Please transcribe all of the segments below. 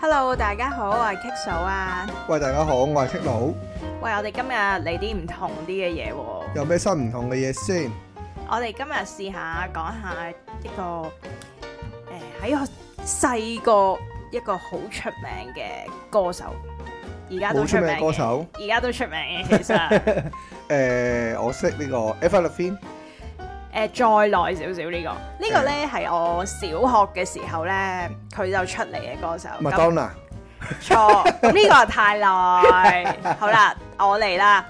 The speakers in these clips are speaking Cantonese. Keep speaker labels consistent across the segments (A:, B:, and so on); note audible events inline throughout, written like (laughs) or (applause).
A: Hello，大家好，我係 Kick 嫂啊。
B: 喂，大家好，我係 Kick 佬，
A: 喂，我哋今日嚟啲唔同啲嘅嘢喎。我
B: 有咩新唔同嘅嘢先？
A: 哋今日試下講下一個誒喺、我細個一個好出名嘅歌手，而家都
B: 好
A: 出
B: 出
A: 名
B: 名
A: 嘅
B: 歌，手，
A: 而家都出名嘅其實
B: (laughs)
A: 誒、
B: 誒，我識呢個 e v e l i n
A: 再耐少少呢個，呢、個咧係我小學嘅時候咧佢就出嚟嘅歌手。
B: 麥
A: 咁
B: 當娜，
A: 錯，咁呢個太耐。好啦，我嚟啦。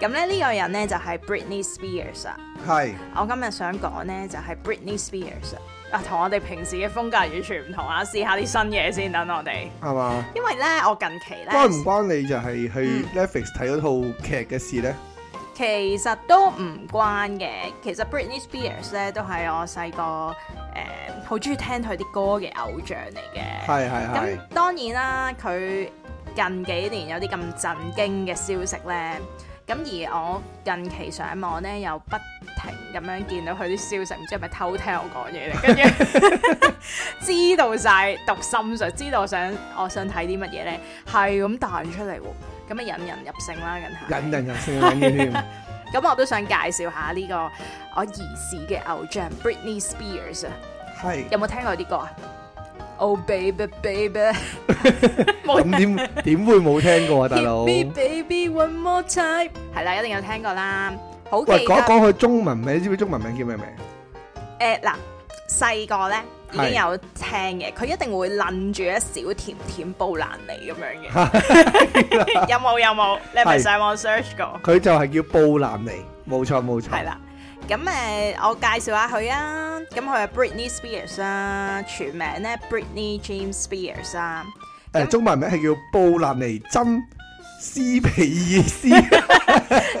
A: 咁咧呢個人呢，就係 Britney Spears 啊。
B: 係
A: 我今日想講呢，就係 Britney Spears 啊啊，同我哋平時嘅風格完全唔同啊！試下啲新嘢先，等我哋。
B: 係嘛？
A: 因為呢，我近期
B: 關唔
A: 呢，
B: 關你就係去
A: 嗯
B: Netflix 睇嗰套劇嘅事咧？
A: 其實都唔關嘅。其實 Britney Spears 呢，都係我細個誒好中意聽佢啲歌嘅偶像嚟嘅。
B: 係係
A: 咁
B: 係，
A: 當然啦，佢近幾年有啲咁震驚嘅消息呢。咁而我近期上網呢，又不停咁樣見到佢啲消息，唔知係咪偷聽我講嘢咧？
B: (laughs)
A: 跟住 (laughs) 知道晒讀心術，知道我想我想睇啲乜嘢呢，係咁彈出嚟喎，咁啊引人入勝啦，近下。
B: 引人入
A: (laughs)
B: 勝嘅緊要添。
A: 咁我都想介紹下呢個我兒時嘅偶像 Britney Spears 啊，
B: 係
A: 有冇聽過呢個啊？Oh baby baby，冇
B: 咁點點會冇聽過啊，大
A: Hit (laughs)
B: 佬？
A: me
B: 喂，
A: baby one more time，係啦，一定有聽過啦，好記
B: 講一
A: 得。
B: 講佢中文名，你知唔知中文名叫咩名？
A: 誒呃嗱，細個咧已
B: 係
A: 經有聽嘅，佢一定會攆住一小甜甜布蘭妮咁樣
B: (laughs)
A: 嘅，有冇有冇？你係咪
B: 係
A: 上網 search 過？
B: 佢就係叫布蘭妮，冇錯冇
A: 係
B: 錯。
A: 啦。咁誒、我介紹下佢啊。咁佢係 Britney Spears 啦，全名咧 Britney James Spears 啊啦。
B: 誒，中文名係叫布蘭妮珍斯皮
A: (laughs)
B: 爾斯。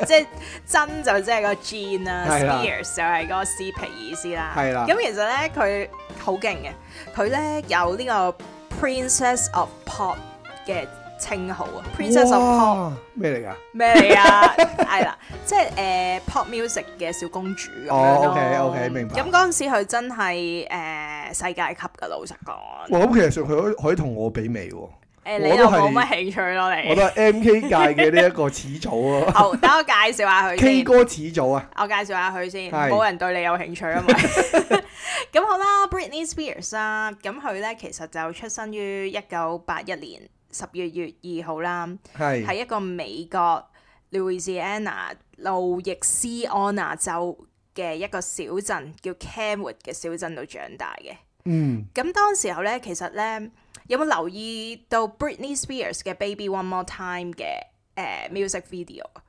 A: 即係真就即係個 Jean 啦
B: 係啦
A: ，Spears 就係嗰個斯皮意思啦。
B: 係啦
A: 咁其實咧佢好勁嘅，佢咧有呢個 Princess of Pop 嘅稱號啊，Princess of Pop
B: 哇咩嚟㗎？
A: 咩嚟啊？ (laughs) 係啦，即係誒、pop 呃 music 嘅小公主咁樣
B: 哦
A: 咯
B: OK，OK，明白
A: 咁嗰陣時佢真係誒、呃世界級噶，老實講。誒、呃
B: 哇！咁其實上佢可以可以同我媲美喎，
A: 你
B: 我
A: 又
B: 都係
A: 冇乜興趣咯，
B: 我
A: 你。
B: 都係 M K 界嘅呢一個始
A: (laughs)
B: 祖啊
A: 好，等我介紹下佢
B: ，K
A: 先。
B: 歌始祖啊，
A: 我介紹下佢先，
B: 係
A: 冇人對你有興趣啊嘛。 (laughs) 咁好啦，Britney Spears 啦，咁佢咧其實就出生於一九八一年十二月二號啦，
B: 係
A: 喺一個美國 Louisiana 路易斯安那州嘅一個小鎮叫 Kenwood 嘅小鎮度長大嘅。
B: 嗯
A: 咁當時候咧，其實咧有冇留意到 Britney Spears 嘅 Baby One More Time 嘅誒、music video 啊？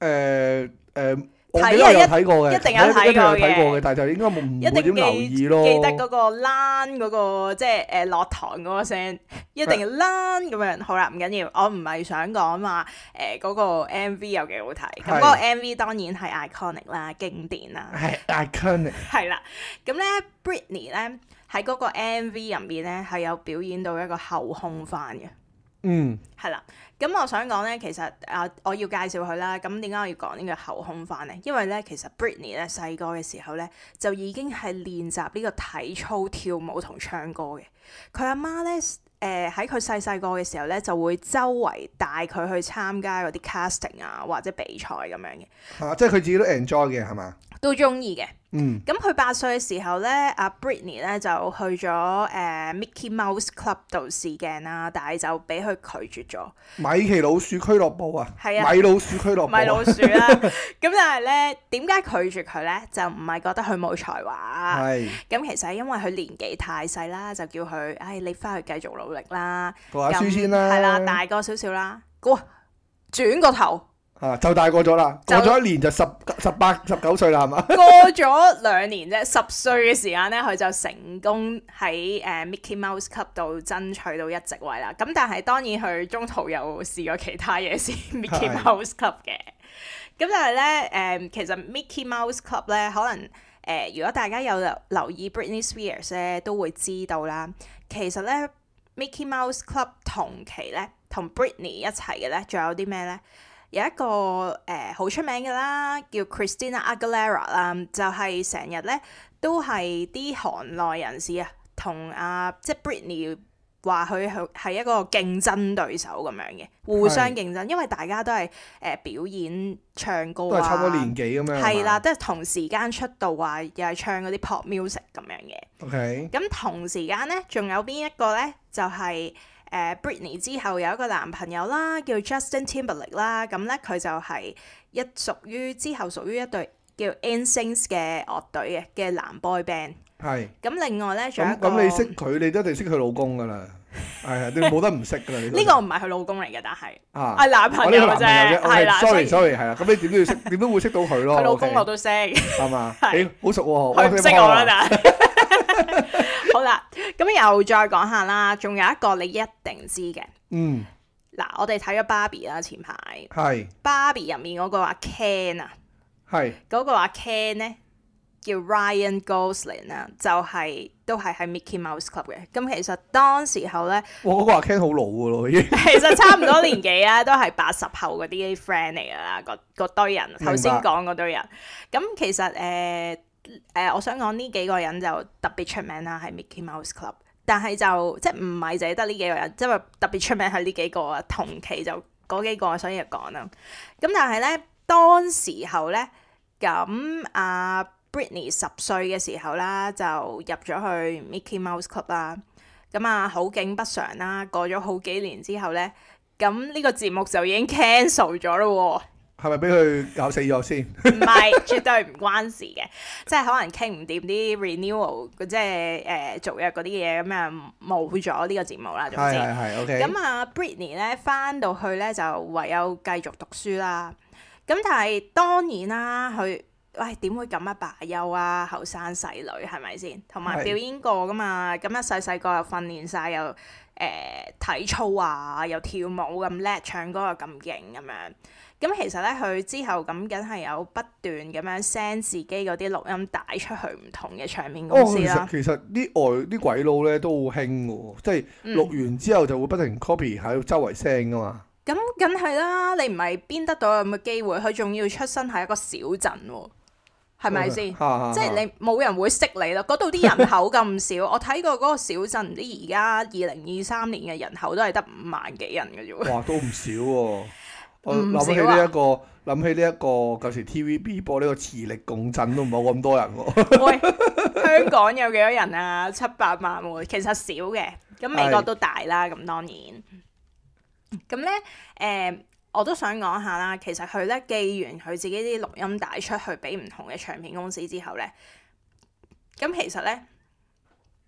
B: 誒誒，我
A: 睇
B: 記得我
A: 啊
B: 有
A: 一
B: 睇過嘅，
A: 一定有睇過
B: 一定有睇
A: 嘅
B: 過嘅，但係就應該冇唔
A: 一定
B: 會點留
A: 記
B: 意咯。
A: 記得嗰個躝嗰、個即係誒落堂嗰個聲，一定躝咁樣。好啦，唔緊要，我唔係想講話誒嗰個 MV 有幾好睇。咁嗰
B: 係
A: 個 MV 當然係 iconic 啦，經典
B: (laughs)
A: 啦，
B: 係 iconic，
A: 係啦。咁咧 Britney 咧喺嗰個 MV 入面咧係有表演到一個後空翻嘅。
B: 嗯
A: 係啦，咁我想講咧，其實啊，我要介紹佢啦。咁點解我要講呢個後空翻咧？因為咧，其實 Britney 咧細個嘅時候咧，就已經係練習呢個體操、跳舞同唱歌嘅。佢阿媽咧，誒喺佢細細個嘅時候咧，就會周圍帶佢去參加嗰啲 casting 啊，或者比賽咁樣嘅，
B: 嚇，即係佢自己都 enjoy 嘅係嘛？
A: 都中意嘅。
B: 嗯
A: 咁佢八歲嘅時候咧，阿 Britney 咧就去咗誒、Mickey Mouse Club 度試鏡啦，但係就俾佢拒絕咗。
B: 米奇老鼠俱樂部啊，
A: 係啊
B: 米老鼠俱樂
A: 唔
B: 部
A: 係
B: 啊，
A: 老鼠啦。 (laughs) 咁但係咧，點解拒絕佢咧？就唔係覺得佢冇才華，
B: 係
A: 咁其實係因為佢年紀太細啦，就叫佢，唉，你翻去繼續努力啦。
B: 讀下
A: 咁
B: 書先
A: 係啦，
B: 啦，
A: 大個少少啦。哇，轉個頭
B: 啊就大個咗啦，
A: 就
B: 過咗一年就十十八十九歲啦係嘛？
A: 過咗兩年啫， (laughs) 十歲嘅時間咧，佢就成功喺誒、Mickey Mouse Club 度爭取到一席位啦。咁但係當然佢中途又試過其他嘢先 Mickey Mouse Club 嘅。咁但係咧誒，其實 Mickey Mouse Club 咧，可能誒、呃如果大家有留留意 Britney Spears 咧，都會知道啦。其實咧 Mickey Mouse Club 同期咧，同 Britney 一齊嘅咧，仲有啲咩咧？有一個誒好、出名嘅啦，叫 Christina Aguilera 啦，就係成日咧都係啲行內人士啊，同啊即係 Britney 話佢係係一個競爭對手咁樣嘅，互相
B: 係
A: 競爭，因為大家都係誒、呃表演、唱歌
B: 都
A: 啊，
B: 係差唔多年紀咁樣。
A: 係啦，都係同時間出道啊，又係唱嗰啲 pop music 咁樣嘅。
B: 係嘛，OK，
A: 咁同時間咧，仲有邊一個咧？就係、呃 Britney 之後有一個男朋友啦，叫 Justin Timberlake 啦。咁咧佢就係一屬於之後屬於一隊叫 NSYNC 嘅樂隊嘅嘅男 boy band。
B: 係。
A: 咁另外咧，仲有一
B: 咁
A: 個
B: 咁你識佢，你都一定識佢老公噶啦。 (laughs) 係啊，你冇得唔識噶啦。
A: 呢個唔係佢老公嚟嘅，但係
B: 啊，
A: 係男朋
B: 我
A: 友
B: 呢個男朋
A: 啫，
B: 友
A: 係啦。
B: 啫。
A: 所以
B: sorry sorry，係啦。咁你點
A: (laughs)
B: 都要識，點都會識到佢咯。
A: 佢老公
B: OK，
A: 我都識，佢
B: 係嘛？
A: 係
B: 誒，好熟喎。
A: 唔識我啦，但係 (laughs) 好啦。咁又再講下啦，仲有一個你一定知嘅
B: 嗯，
A: 嗱，我哋睇咗芭比啦，前排。
B: 係
A: 芭比入面嗰個阿 Ken 啊，
B: 係
A: 嗰、個阿 Ken 咧叫 Ryan Gosling 啊，就係、都係喺 Mickey Mouse Club 嘅。咁其實當時候咧，
B: 我嗰個阿 Ken 好老噶咯，已經。
A: (laughs) 其實差唔多年紀啊，都係八十後嗰啲 friend 嚟㗎啦，嗰嗰堆人頭先講嗰堆人。咁其實誒誒、呃呃我想講呢幾個人就特別出名啦，喺 Mickey Mouse Club。但係就即係唔係淨係得呢幾個人，即係特別出名係呢幾個啊，同期就嗰幾個，所以就講啦。咁但係咧，當時候咧，咁啊 Britney 十歲嘅時候啦，就入咗去 Mickey Mouse Club 啦。咁啊，好景不常啦，過咗好幾年之後咧，咁呢個節目就已經 cancel 咗咯
B: 係咪俾佢搞死咗先？
A: 喎，唔
B: (laughs)
A: 係絕對唔關事嘅，即係可能傾唔掂啲 renewal，即係誒續約嗰啲嘢，咁啊冇咗呢個節目啦，總
B: 係
A: 之。
B: 係係，OK。
A: 咁啊，Britney 咧翻到去咧就唯有繼續讀書啦。咁但係當然啦，佢喂點會咁啊罷休啊？後生細女係咪先？同埋
B: 係
A: 表演過噶嘛，咁啊細細個又訓練晒，又誒、呃體操啊，又跳舞咁叻，唱歌又咁勁咁樣。咁其實咧，佢之後咁梗係有不斷咁樣 send 自己嗰啲錄音帶出去唔同嘅唱片
B: 哦，
A: 公司
B: 其
A: 啦
B: 實。其實啲外啲鬼佬咧都好興嘅喎，即係
A: 嗯
B: 錄完之後就會不停 copy 喺周圍聲噶嘛。
A: 咁梗係啦，你唔係邊得到有咁嘅機會？佢仲要出身喺一個小鎮喎，係咪先？即
B: 即
A: 係你冇人會識你咯。嗰度啲人口咁少，我 (laughs) 睇過嗰個小鎮，唔知而家二零二三年嘅人口都係得五萬幾人嘅啫喎。
B: 哇，都唔少喎、
A: (laughs)
B: 我
A: 唔
B: 諗起
A: 少啊
B: 呢、一個，諗起呢、一個舊時 TVB 播呢個磁力共振都唔冇咁多人喎、
A: (laughs) 喂，香港有幾多人啊？七百萬喎，其實少嘅。咁美國
B: 係
A: 都大啦，咁當然。咁咧，誒、我都想講下啦。其實佢咧寄完佢自己啲錄音帶出去俾唔同嘅唱片公司之後咧，咁其實咧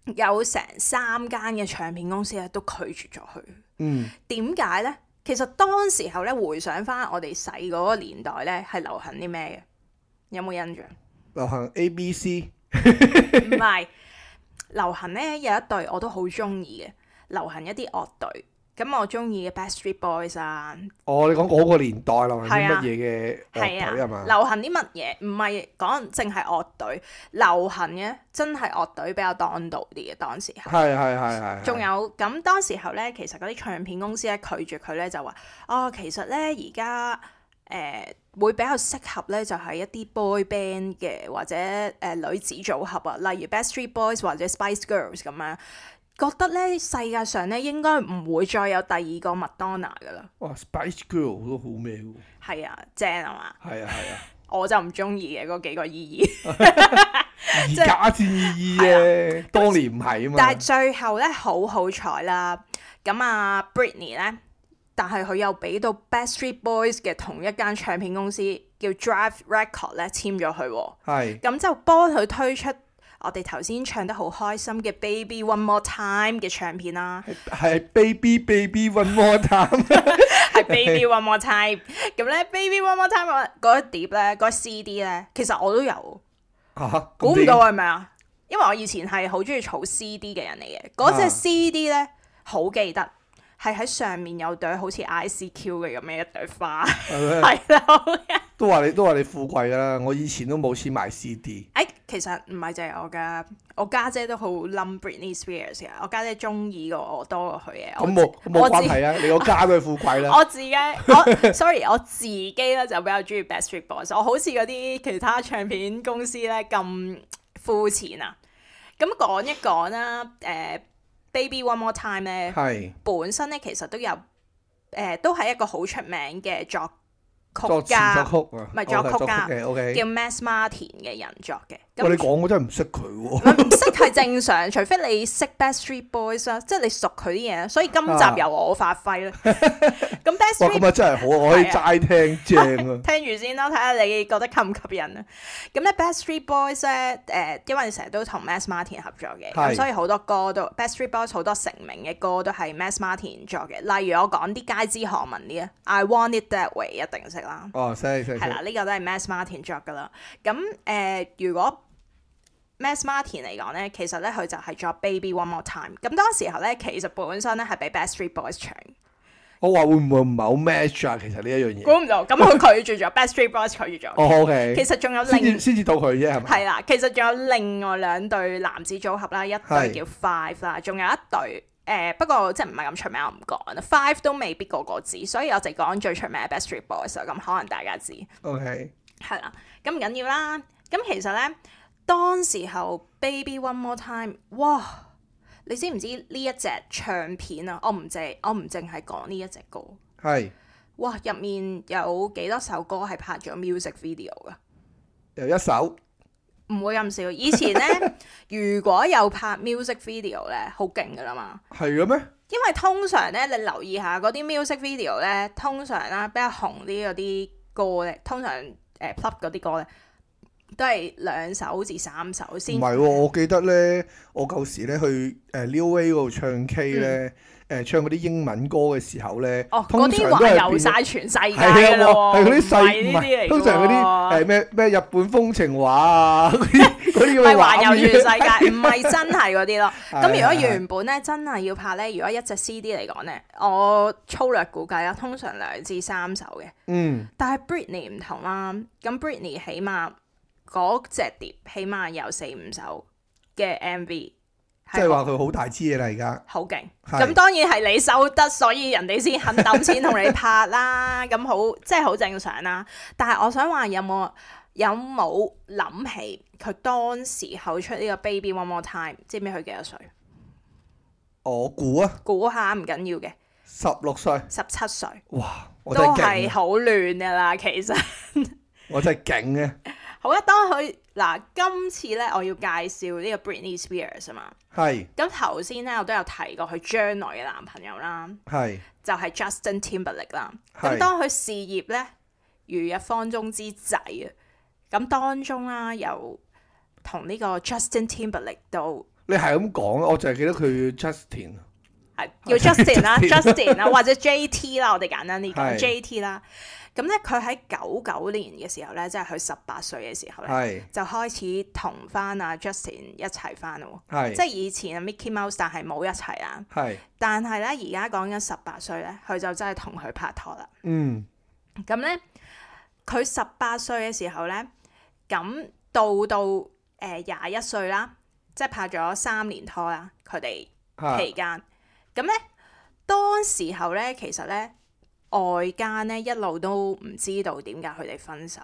A: 有成三間嘅唱片公司咧都拒絕咗佢。
B: 嗯，
A: 點解咧？其實當時候咧，回想翻我哋細嗰個年代咧，係流行啲咩嘅？有冇印象？
B: 流行 A、B、C，
A: 唔係流行咧，有一隊我都好中意嘅，流行一啲樂隊。咁我中意嘅 Backstreet Boys 啊，
B: 哦，你講嗰個年代流行
A: 係
B: 啲
A: 啊
B: 乜嘢嘅
A: 係啊，
B: 樂隊係嘛？
A: 流行啲乜嘢？唔係講淨係樂隊，流行嘅真係樂隊比較當道啲嘅當時候。
B: 係係係係。
A: 仲有咁當時候咧，其實嗰啲唱片公司咧拒絕佢咧，就話哦，其實咧而家誒會比較適合咧，就係一啲 boy band 嘅或者誒、呃女子組合啊，例如 Backstreet Boys 或者 Spice Girls 咁樣。覺得咧世界上咧應該唔會再有第二個麥當娜噶啦，
B: 哇，Spice Girl 都好咩喎？
A: 係啊，正啊嘛，
B: 係啊
A: (laughs)
B: 係啊，
A: 我就唔中意嘅嗰幾個 E 姨姨。
B: 而
A: 係
B: 家先意義啫，當年唔係啊嘛。
A: 但係最後咧，好好彩啦。咁啊，Britney 咧，但係佢又俾到 Backstreet Boys 嘅同一間唱片公司叫 Drive Record 咧簽咗佢喎，
B: 係
A: 咁就幫佢推出我哋頭先唱得好開心嘅 Baby One More Time 嘅唱片啦，
B: 係 Baby Baby One
A: (laughs)
B: More Time，
A: 係 Baby One More Time。咁咧，Baby One More Time 嗰嗰一碟咧，嗰 CD 咧，其實我都有。
B: 嚇
A: 估唔到係咪啊？因為我以前係好中意儲 CD 嘅人嚟嘅，嗰
B: 啊
A: 只 CD 咧好記得，係喺上面有朵好似 ICQ 嘅咁嘅一朵花，
B: 係
A: (laughs)
B: 咩
A: 係啦。
B: 都話你都話你富貴㗎啦，我以前都冇錢買 CD。
A: 誒，哎其實唔係就係我噶，我家姐都好冧 Britney Spears 嘅，我家姐中意過我多過佢嘅。
B: 咁冇冇
A: 我
B: 關
A: 自
B: 係啊！你個家都係富貴啦，
A: 我自己，我 (laughs) sorry，我自己咧就比較中意 Backstreet Boys。我好似嗰啲其他唱片公司咧咁膚淺啊。咁講一講啦，誒、 Baby One More Time 咧，
B: 係
A: 本身咧其實都有誒、呃都係一個好出名嘅作
B: 作
A: 曲家，
B: 詞作曲啊，
A: 唔係作曲家
B: 嘅。O K，
A: 叫 Max Martin 嘅人作嘅。
B: 喂，你
A: 咁
B: 講我真係唔識佢喎。
A: 唔唔識係正常， (laughs) 除非你識 Backstreet Boys 啦，即係你熟佢啲嘢啦。所以今集
B: 啊
A: 由我發
B: (laughs)
A: 揮啦。咁
B: 哇，
A: Backstreet
B: 咁啊真係好，我可以
A: 係
B: 齋聽正
A: (laughs)
B: 啊。
A: 聽住先啦，睇下你覺得吸唔吸引啊？咁咧，Backstreet Boys 咧，誒、因為成日都同 Max Martin 合作嘅，
B: 係
A: 咁所以好多歌都 Backstreet Boys 好多成名嘅歌都係 Max Martin 作嘅。例如我講啲街知巷聞啲啊，I Want It That Way 一定識啦，
B: 哦，識識
A: 係
B: 識
A: 啦，，呢、個都係 Max Martin 作噶啦。咁誒、呃如果 Max Martin 嚟講咧，其實咧佢就係作 Baby One More Time。咁當時候咧，其實本身咧係俾 Backstreet Boys 唱，
B: 我話會唔會唔係好 match à, 啊？其實呢一樣嘢。
A: 估唔到，咁佢拒絕咗 Backstreet Boys 拒絕咗。
B: 哦，O K。
A: 其實仲有
B: 先
A: 另
B: 至先至到佢啫，係咪？
A: 係啦，其實仲有另外兩對男子組合啦，一對
B: 係
A: 叫 Five 啦，仲有一對誒、呃不過即係唔係咁出名，我唔講啦。Five 都未必個個知，所以我就講最出名嘅 Backstreet Boys 啦咁可能大家知
B: O K。
A: 係啦。咁唔緊要啦。咁其實咧，當時候 Baby One More Time，哇！你知唔知呢一隻唱片啊？我唔淨我唔淨係講呢一隻歌，
B: 係
A: 哇！入面有幾多首歌係拍咗 music video 㗎？
B: 又一首
A: 唔會咁少。以前
B: (laughs)
A: 呢，如果有拍 music video 呢，好勁噶啦嘛。
B: 係嘅咩？
A: 因為通常呢，你留意下嗰啲 music video 呢，通常啦比較紅啲嗰啲歌呢，通常誒 club 嗰啲歌呢，都係兩首至三首
B: 唔
A: 先。
B: 係喎，我記得咧，我舊時咧去誒 New A 嗰度唱 K À, 咧，誒、唱嗰啲英文歌嘅時候咧，
A: 哦，嗰
B: 通
A: 啲
B: 常都係
A: 環遊
B: 變咗
A: 晒全世界
B: 係啊
A: 㗎啦
B: 喎，
A: 喎，
B: 係嗰啲
A: 唔
B: 細
A: 係呢
B: 唔
A: 啲
B: 係
A: 嚟
B: 通常嗰
A: 㗎
B: 啲
A: 喎
B: 誒咩咩日本風情畫啊嗰啲
A: (laughs)
B: 嗰啲
A: 唔
B: 咁嘅
A: 係環遊全世
B: 畫面 (laughs)
A: 界，唔係真係嗰啲咯。
B: 係
A: 咁
B: 啊
A: 如果
B: 係係
A: 原本咧真係要拍咧，如果一隻 CD 嚟講咧，我粗略估計啦，通常兩至三首嘅。
B: 嗯
A: 但係 Britney 唔同啦，咁 Britney 起碼嗰隻碟起碼有四五首嘅 MV，
B: 即係
A: 好
B: 話佢好大支嘢啦而家
A: 好勁。
B: 係
A: 咁當然係你收得，所以人哋先肯抌錢同你拍啦。咁
B: (laughs)
A: 好，即係好正常啦。但係我想話有冇有冇諗起佢當時候出呢個 Baby One More Time，知唔知佢幾多歲？
B: 我估啊
A: 估下唔緊要嘅，
B: 十六歲
A: 十七歲
B: 哇我真
A: 都
B: 係
A: 係
B: 勁啊
A: 好亂噶啦，其實。 (laughs)
B: 我真係勁啊
A: 好啦，當佢嗱今次咧，我要介紹呢個 Britney Spears 啊嘛。
B: 係
A: 咁頭先咧，我都有提過佢將來嘅男朋友啦，
B: 係
A: 就係、Justin Timberlake 啦。咁
B: 係
A: 當佢事業咧如日方中之際啊，咁當中啦又同呢個 Justin Timberlake 到
B: 你係咁講啊我就係記得佢 Justin 啊
A: 係啊叫
B: (laughs)
A: Justin 啦
B: Justin
A: ，Justin 啦，或者 JT 啦，我哋簡單啲講
B: 係
A: JT 啦。咁咧佢喺九九年嘅時候咧，即係佢十八歲嘅時候咧。
B: 係
A: 就開始同翻阿 Justin 一齊翻咯喎，即
B: 係
A: 係以前啊 Mickey Mouse 但係冇一齊啦。
B: 係
A: 但係咧而家講緊十八歲咧，佢就真係同佢拍拖啦。
B: 嗯
A: 咁咧佢十八歲嘅時候咧，咁到到誒廿一歲啦，即係拍咗三年拖啦，佢哋期
B: 係
A: 間。咁咧當時候咧，其實咧外間咧一路都唔知道點解佢哋分手，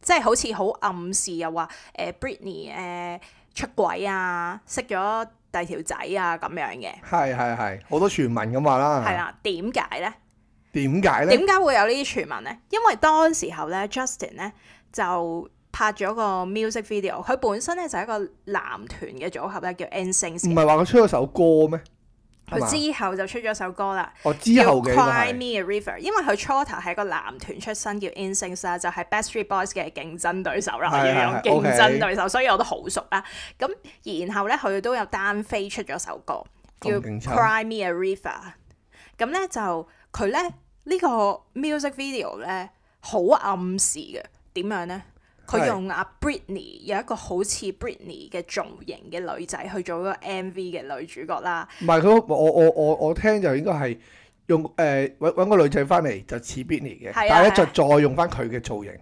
A: 即係好似好暗示又話誒、Britney 誒、出軌啊，識咗第二條仔啊咁樣嘅，
B: 係係係好多傳聞咁話啦
A: 係啦、點解咧？
B: 點解咧
A: 點解會有呢啲傳聞咧？因為當時候咧，Justin 咧就拍咗個 music video，佢本身咧就係一個男團嘅組合咧，叫 NSYNC 嘅。
B: 唔係話佢出咗首歌咩嗯係嘛
A: 佢之後就出咗首歌啦。
B: 哦之後嘅
A: 叫
B: 呢個
A: Cry
B: 係
A: Me a River，因為佢初頭係一個男團出身叫 InSync 啦，就係 Backstreet Boys 嘅競爭對手啦，
B: 係
A: 要用
B: 係
A: 競爭
B: OK
A: 對手，所以我都好熟啦。咁然後咧，佢都有單飛出咗首歌叫
B: 咁勁抽
A: Cry Me a River，咁咧就佢咧呢、個 music video 咧好暗示嘅，點樣咧？佢
B: 係
A: 用阿 Britney 有一個好似 Britney 嘅造型嘅女仔去做一個 MV 嘅女主角啦，
B: 唔係佢，我我我我聽就應該係用誒揾揾個女仔翻嚟就似 Britney 嘅，
A: 係啊
B: 但係咧
A: 係
B: 就
A: 啊
B: 再用翻佢嘅造型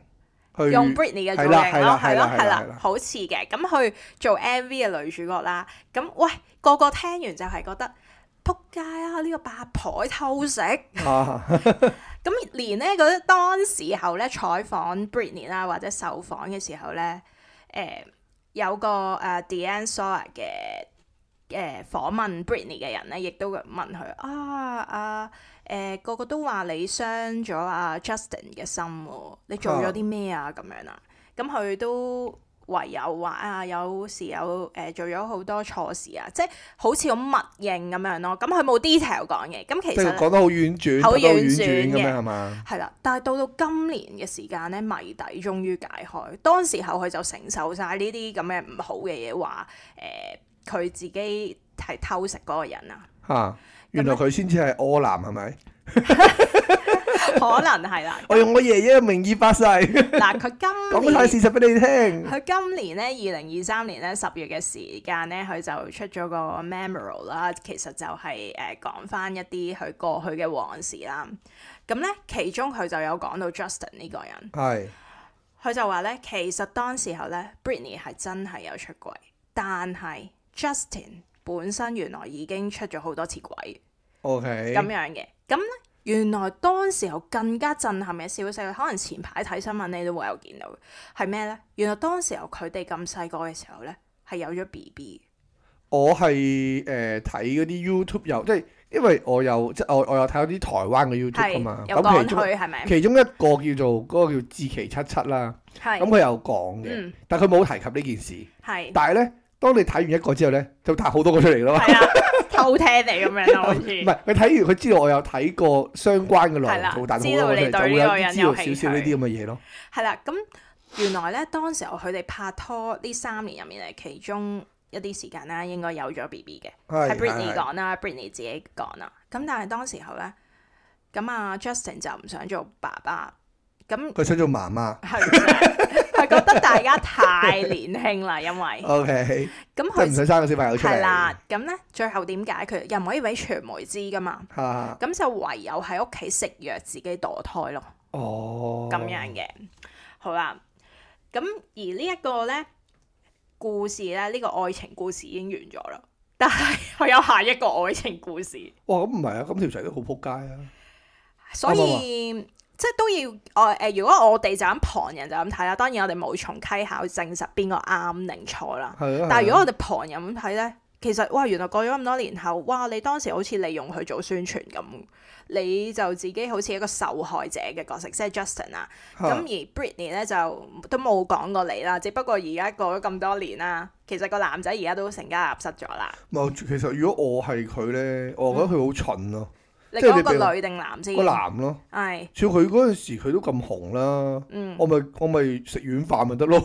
B: 去
A: 用 Britney 嘅造
B: 係
A: 型
B: 啦係
A: 咯，
B: 啦
A: 係咯係
B: 係啦係
A: 啦
B: 啦係啦，
A: 好似嘅。咁佢做 MV 嘅女主角啦，咁喂個個聽完就係覺得撲街啊！呢、個八婆偷食，
B: 啊
A: 咁連咧嗰啲當時候咧採訪 Britney 啦，或者受訪嘅時候咧，誒、有個誒、呃 Diane Sawyer 嘅誒、訪問 Britney 嘅人咧，亦都問佢啊啊誒、個個都話你傷咗啊 Justin 嘅心喎，你做咗啲咩啊咁樣啊？咁佢都唯有話啊，有時有誒、做咗好多錯事啊，即係好似好默認咁樣咯。咁佢冇 detail 講嘅，咁其
B: 即係
A: 實
B: 講得好婉轉，
A: 好
B: 講得好婉
A: 婉轉
B: 轉咁
A: 嘅
B: 樣係嘛？
A: 係啦，但係到到今年嘅時間咧，謎底終於解開。當時候佢就承受晒呢啲咁嘅唔好嘅嘢，話誒佢自己係偷食嗰個人
B: (laughs)
A: 啊，
B: 嚇，原來佢先至係柯南係咪？哎
A: 可能係啦。
B: 我用我爺爺嘅名義發誓， (laughs) 講
A: 嗱，佢今
B: 晒
A: 年
B: 事實俾你聽。
A: 佢今年咧，二零二三年咧十月嘅時間咧，佢就出咗個 memorial 啦，其實就係誒講翻一啲佢過去嘅往事啦。咁咧，其中佢就有講到 Justin 呢個人，
B: 係
A: 佢就話咧，其實當時候咧，Britney 係真係有出軌，但係 Justin 本身原來已經出咗好多次軌。
B: ，OK，
A: 咁樣嘅。咁咧，原來當時候更加震撼嘅消息，可能前排睇新聞你都會有見到，係咩咧？原來當時候佢哋咁細個嘅時候咧，係有咗 B B。
B: 我係誒睇嗰啲 YouTube 有，即係因為我有即係我我有睇嗰啲台灣嘅 YouTube
A: 係
B: 噶嘛。
A: 有講
B: 咁其中
A: 佢係咪？
B: 其中一個叫做嗰個叫志奇七七啦，咁
A: 係
B: 佢有講嘅
A: 嗯，
B: 但佢冇提及呢件事。
A: 係
B: 但係咧，當你睇完一個之後咧，就彈好多個出嚟咯。
A: 係啊，偷聽你咁樣咯，好似
B: (laughs) 唔係佢睇完，佢知道我有睇過相關嘅內
A: 係啦
B: 容，就彈
A: 知
B: 好
A: 道
B: 多個
A: 你
B: 出嚟，就
A: 對呢個
B: 會有
A: 人
B: 知
A: 有
B: 道
A: 興趣
B: 少少呢啲咁嘅嘢咯。
A: 係啦。咁原來咧，當時候佢哋拍拖呢三年入面咧，其中一啲時間啦，應該有咗 B B 嘅。
B: 係
A: 係 Britney
B: 係
A: 講啦，Britney 自己講啦。咁但係當時候咧，咁啊 Justin 就唔想做爸爸，咁
B: 佢想做媽媽。
A: 係 (laughs) 唔想佢覺得大家太年輕啦，因
B: (laughs)
A: 為
B: OK，
A: 咁
B: 哦即係唔
A: 佢
B: 想生個小朋友出
A: 係
B: 嚟。
A: 啦，咁咧最後點解佢又唔可以俾傳媒知噶嘛？
B: 嚇，
A: 咁就唯有喺屋企食藥自己墮胎咯，
B: 哦，
A: 咁樣嘅。好啦，咁而呢一個咧故事咧，呢、個愛情故事已經完咗啦，但係佢有下一個愛情故
B: (laughs)
A: 事。
B: 哇，咁唔係啊，咁條仔都好撲街啊！
A: 所以即係都要我誒、呃如果我哋就咁旁人就咁睇啦，當然我哋無從稽考證實邊個啱定錯啦。
B: 係啊。
A: 但係如
B: 係
A: 果
B: 啊
A: 我哋旁人咁睇咧，其實哇，原來過咗咁多年後，哇，你當時好似利用佢做宣傳咁，你就自己好似一個受害者嘅角色，即係 Justin 啊啦。
B: 哦
A: 咁、而 Britney 咧就都冇講過你啦，只不過而家過咗咁多年啦，其實個男仔而家都成家立室咗啦。
B: 嚇唔係其實如果我係佢咧，我
A: 嗯
B: 覺得佢好蠢咯，
A: 你
B: 即係你
A: 講
B: 俾我
A: 個女定男先？
B: 個男咯。
A: 係
B: 照佢嗰陣時，佢都咁紅啦，
A: 嗯。
B: 我咪我咪食軟飯咪得咯， (laughs)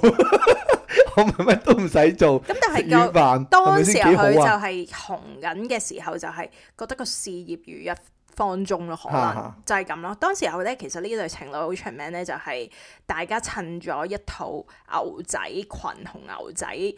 B: 我咪乜都唔使做，
A: 咁但
B: 食
A: 係夠
B: 軟飯係咪
A: 當時
B: 先
A: 候
B: 幾
A: 佢就
B: 好啊？
A: 係紅緊嘅時候，就係覺得個事業如一方中咯，可
B: 啊
A: 能
B: 啊
A: 就係咁咯。當時候咧，其實呢對情侶好出名咧，就係大家襯咗一套牛仔裙同牛仔誒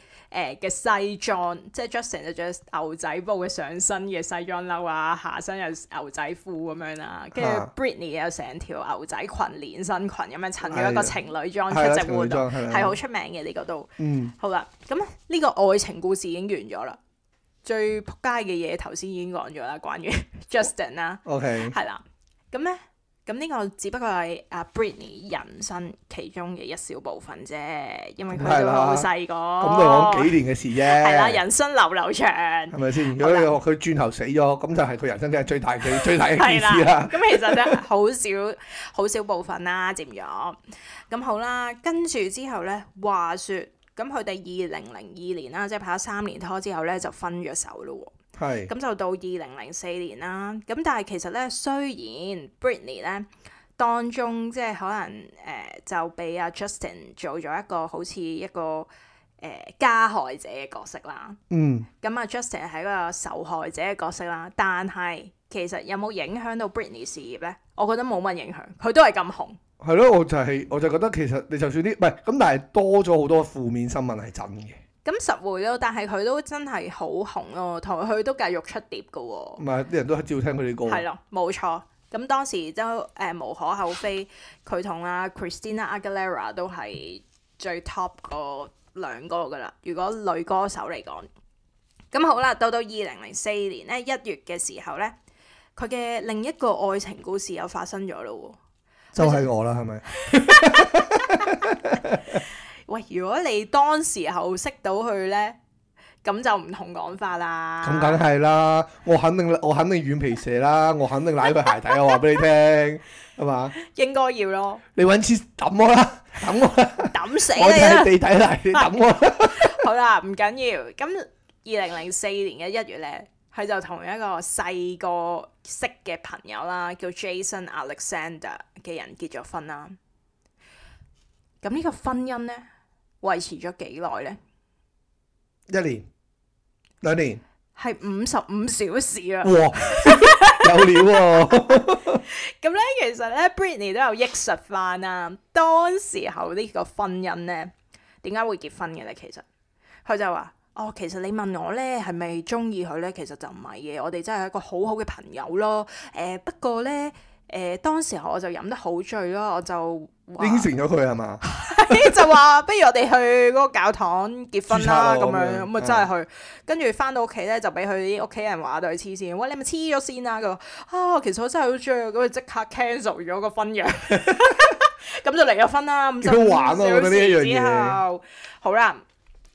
A: 嘅西裝，即係 Justin 就着牛仔布嘅上身嘅西裝褸啊，下身有牛仔褲咁樣啦，跟住
B: 啊
A: Britney 有成條牛仔裙連身裙咁樣襯
B: 係
A: 咗一個
B: 啊
A: 情侶裝出
B: 係啦，
A: 席
B: 情侶
A: 活動，
B: 裝係啊
A: 係
B: 啦
A: 好，出名嘅呢個都。
B: 嗯，
A: 好啦，咁呢個愛情故事已經完咗啦。最撲街嘅嘢頭先已經講咗啦，關
B: (laughs)
A: 於 Justin 啦，
B: OK，
A: 係啦。咁咧，咁呢個只不過係阿 Britney 人生其中嘅一小部分啫，因為佢
B: 係
A: 都
B: 啦
A: 好細個。
B: 咁就講幾年嘅事
A: 哦係啦，
B: 啫，
A: 人生流流
B: (laughs)
A: 長。
B: 係咪先？如果
A: 好
B: 佢轉頭死咗，咁就係佢人生真係最大
A: (laughs)
B: 嘅最大嘅一
A: 係
B: 件事啦
A: 啦，。咁其實咧好少好少部分啦，佔咗。咁好啦，跟住之後咧，話説咁佢哋二零零二年啦，即係拍咗三年拖之後咧，就分咗手咯喎。
B: 係
A: 咁就到二零零四年啦。咁但係其實咧，雖然 Britney 咧當中即係可能誒、呃就俾阿 Justin 做咗一個好似一個誒、呃加害者嘅角色啦。
B: 嗯，
A: 咁啊，Justin 係一個受害者嘅角色啦。但係其實有冇影響到 Britney 事業咧？我覺得冇乜影響，佢都係咁紅。
B: 係咯，我就係我就覺得其實你就算啲唔係咁，但係多咗好多負面新聞係真嘅，
A: 咁實會咯，但係佢都真係好紅咯，同埋佢都繼續出碟嘅喎、
B: 唔係啲人都係照聽佢哋歌。
A: 哦係咯，冇錯。咁當時都誒、呃、無可厚非，佢同阿 Christina Aguilera 都係最 top 嗰兩個噶啦。如果女歌手嚟講，咁好啦，到到二零零四年咧一月嘅時候咧，佢嘅另一個愛情故事又發生咗咯
B: 就係我啦，係咪？
A: 喎。喂，如果你當時候識到佢咧，咁就唔同講法啦。
B: 咁梗係啦，我肯定我肯定軟皮蛇啦，我肯定舐佢鞋底，我話俾你聽，係嘛？
A: 應該要咯，
B: 你揾次抌我啦，抌我啦，
A: 抌死
B: 我
A: 你
B: 就係
A: 啦！
B: 地底嚟，你抌我啦。
A: 好啦，唔緊要。咁二零零四年嘅一月咧，佢就同一個細個識嘅朋友啦，叫 Jason Alexander 嘅人結咗婚啦。咁呢個婚姻咧，維持咗幾耐咧？
B: 一年兩年，
A: 係五十五小時啊！
B: 哇， (laughs) 有料
A: (laughs)
B: 喎！
A: 咁咧，其實咧，Britney 都有憶述翻啦。當時候呢個婚姻咧，點解會結婚嘅咧？其實佢就話：哦，其實你問我咧，係咪中意佢咧？其實就唔係嘅，我哋真係一個好好嘅朋友咯。誒、不過咧，誒、當時候我就飲得好醉咯，我就話
B: 應承咗佢係嘛？
A: (laughs) 就話不如我哋去嗰個教堂結婚啦，
B: 註
A: 咁
B: 冊咯
A: 樣
B: 咁樣嗯
A: 咁啊真係去，跟住翻到屋企咧就俾佢啲屋企人話到佢黐線，喂你咪黐咗線啦，佢話啊其實我真係好中意佢，咁佢即刻 cancel 咗個婚
B: (laughs)
A: 約， (laughs) 咁就離咗婚啦。咁
B: 幾好玩啊我覺得呢一樣嘢
A: 之後好啦，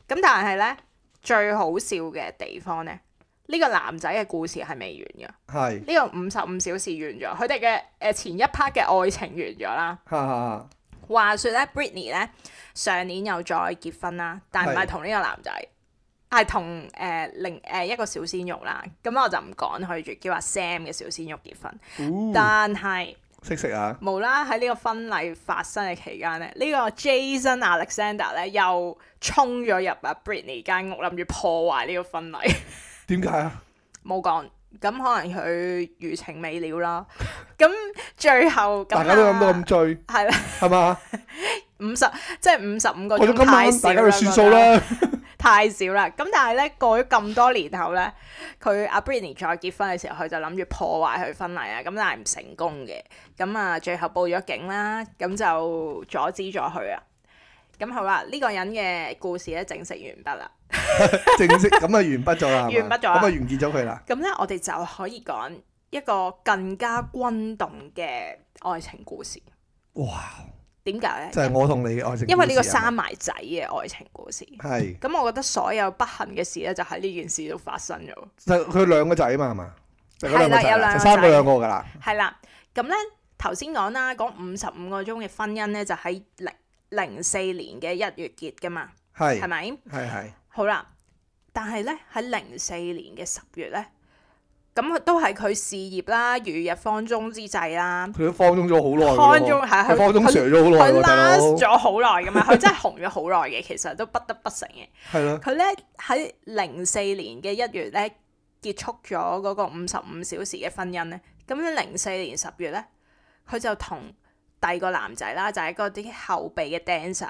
A: 咁但係咧最好笑嘅地方咧，呢、個男仔嘅故事係未完嘅，
B: 係，
A: 呢、個五十五小時完咗，佢哋嘅誒前一 part 嘅愛情完咗啦。
B: 哈哈，
A: 話說咧，Britney 咧上年又再結婚啦，但唔係
B: 係
A: 同呢個男仔，係同誒另誒一個小鮮肉啦。咁我就唔講佢住，叫阿 Sam 嘅小鮮肉結婚。
B: 哦
A: 但係
B: 識食啊！
A: 無啦喺呢個婚禮發生嘅期間咧，呢、個 Jason Alexander 咧又衝咗入阿 Britney 間屋，諗住破壞呢個婚禮。 (laughs)
B: 點解啊？
A: 冇講，咁可能佢餘情未了
B: (laughs)
A: 啦。咁最後咁
B: 大家都諗到咁
A: 啊
B: 醉，
A: 係啦。
B: 係嘛？
A: 五十即係五十五個
B: 過咗
A: 鐘
B: 今
A: 太
B: 晚，
A: 少
B: 大
A: 啦，
B: 家就算數
A: 覺得，
B: 啦。
A: 太少啦。咁但係咧過咗咁多年後咧，佢阿 Britney 再結婚嘅時候，佢就諗住破壞佢婚禮啊，咁但係唔成功嘅。咁啊，最後報咗警啦，咁就阻止咗佢啊。咁好啦，呢、個人嘅故事咧正式完畢啦。
B: (laughs) 正式咁啊，完畢咗啦，係嘛
A: 完畢咗啦
B: 咁啊，完結咗佢啦。
A: 咁咧，我哋就可以講一個更加轟動嘅愛情故事。
B: 哇！
A: 點解咧？
B: 就係我同你嘅愛情故事啊，
A: 因為呢個生埋仔嘅愛情故事。
B: 係
A: 咁我覺得所有不幸嘅事咧，就喺呢件事度發生咗。
B: 就佢兩個仔嘛，係嘛？就嗰兩個
A: 係啦有
B: 仔
A: 兩
B: 啦，
A: 個
B: 就
A: 仔
B: 三個兩個㗎啦，
A: 係啦，咁咧頭先講啦，講五十五個鐘嘅婚姻咧，就喺零零四年嘅一月結噶嘛，
B: 係
A: 係咪？
B: 係係
A: 好啦，但係咧喺零四年嘅十月咧，咁都係佢事業啦，如日方中之際啦，
B: 佢都放縱咗好耐
A: 放
B: 喎，
A: 縱係
B: 佢
A: 佢
B: 放縱
A: 佢
B: share 咗好耐
A: 佢
B: 喎，大佬
A: last 咗好耐噶嘛，佢真係紅咗好耐嘅，其實都不得不承認。
B: 係咯，
A: 佢咧喺零四年嘅一月咧結束咗嗰個五十五小時嘅婚姻咧，咁零四年十月咧，佢就同第二個男仔啦，就係嗰啲後備嘅 dancer，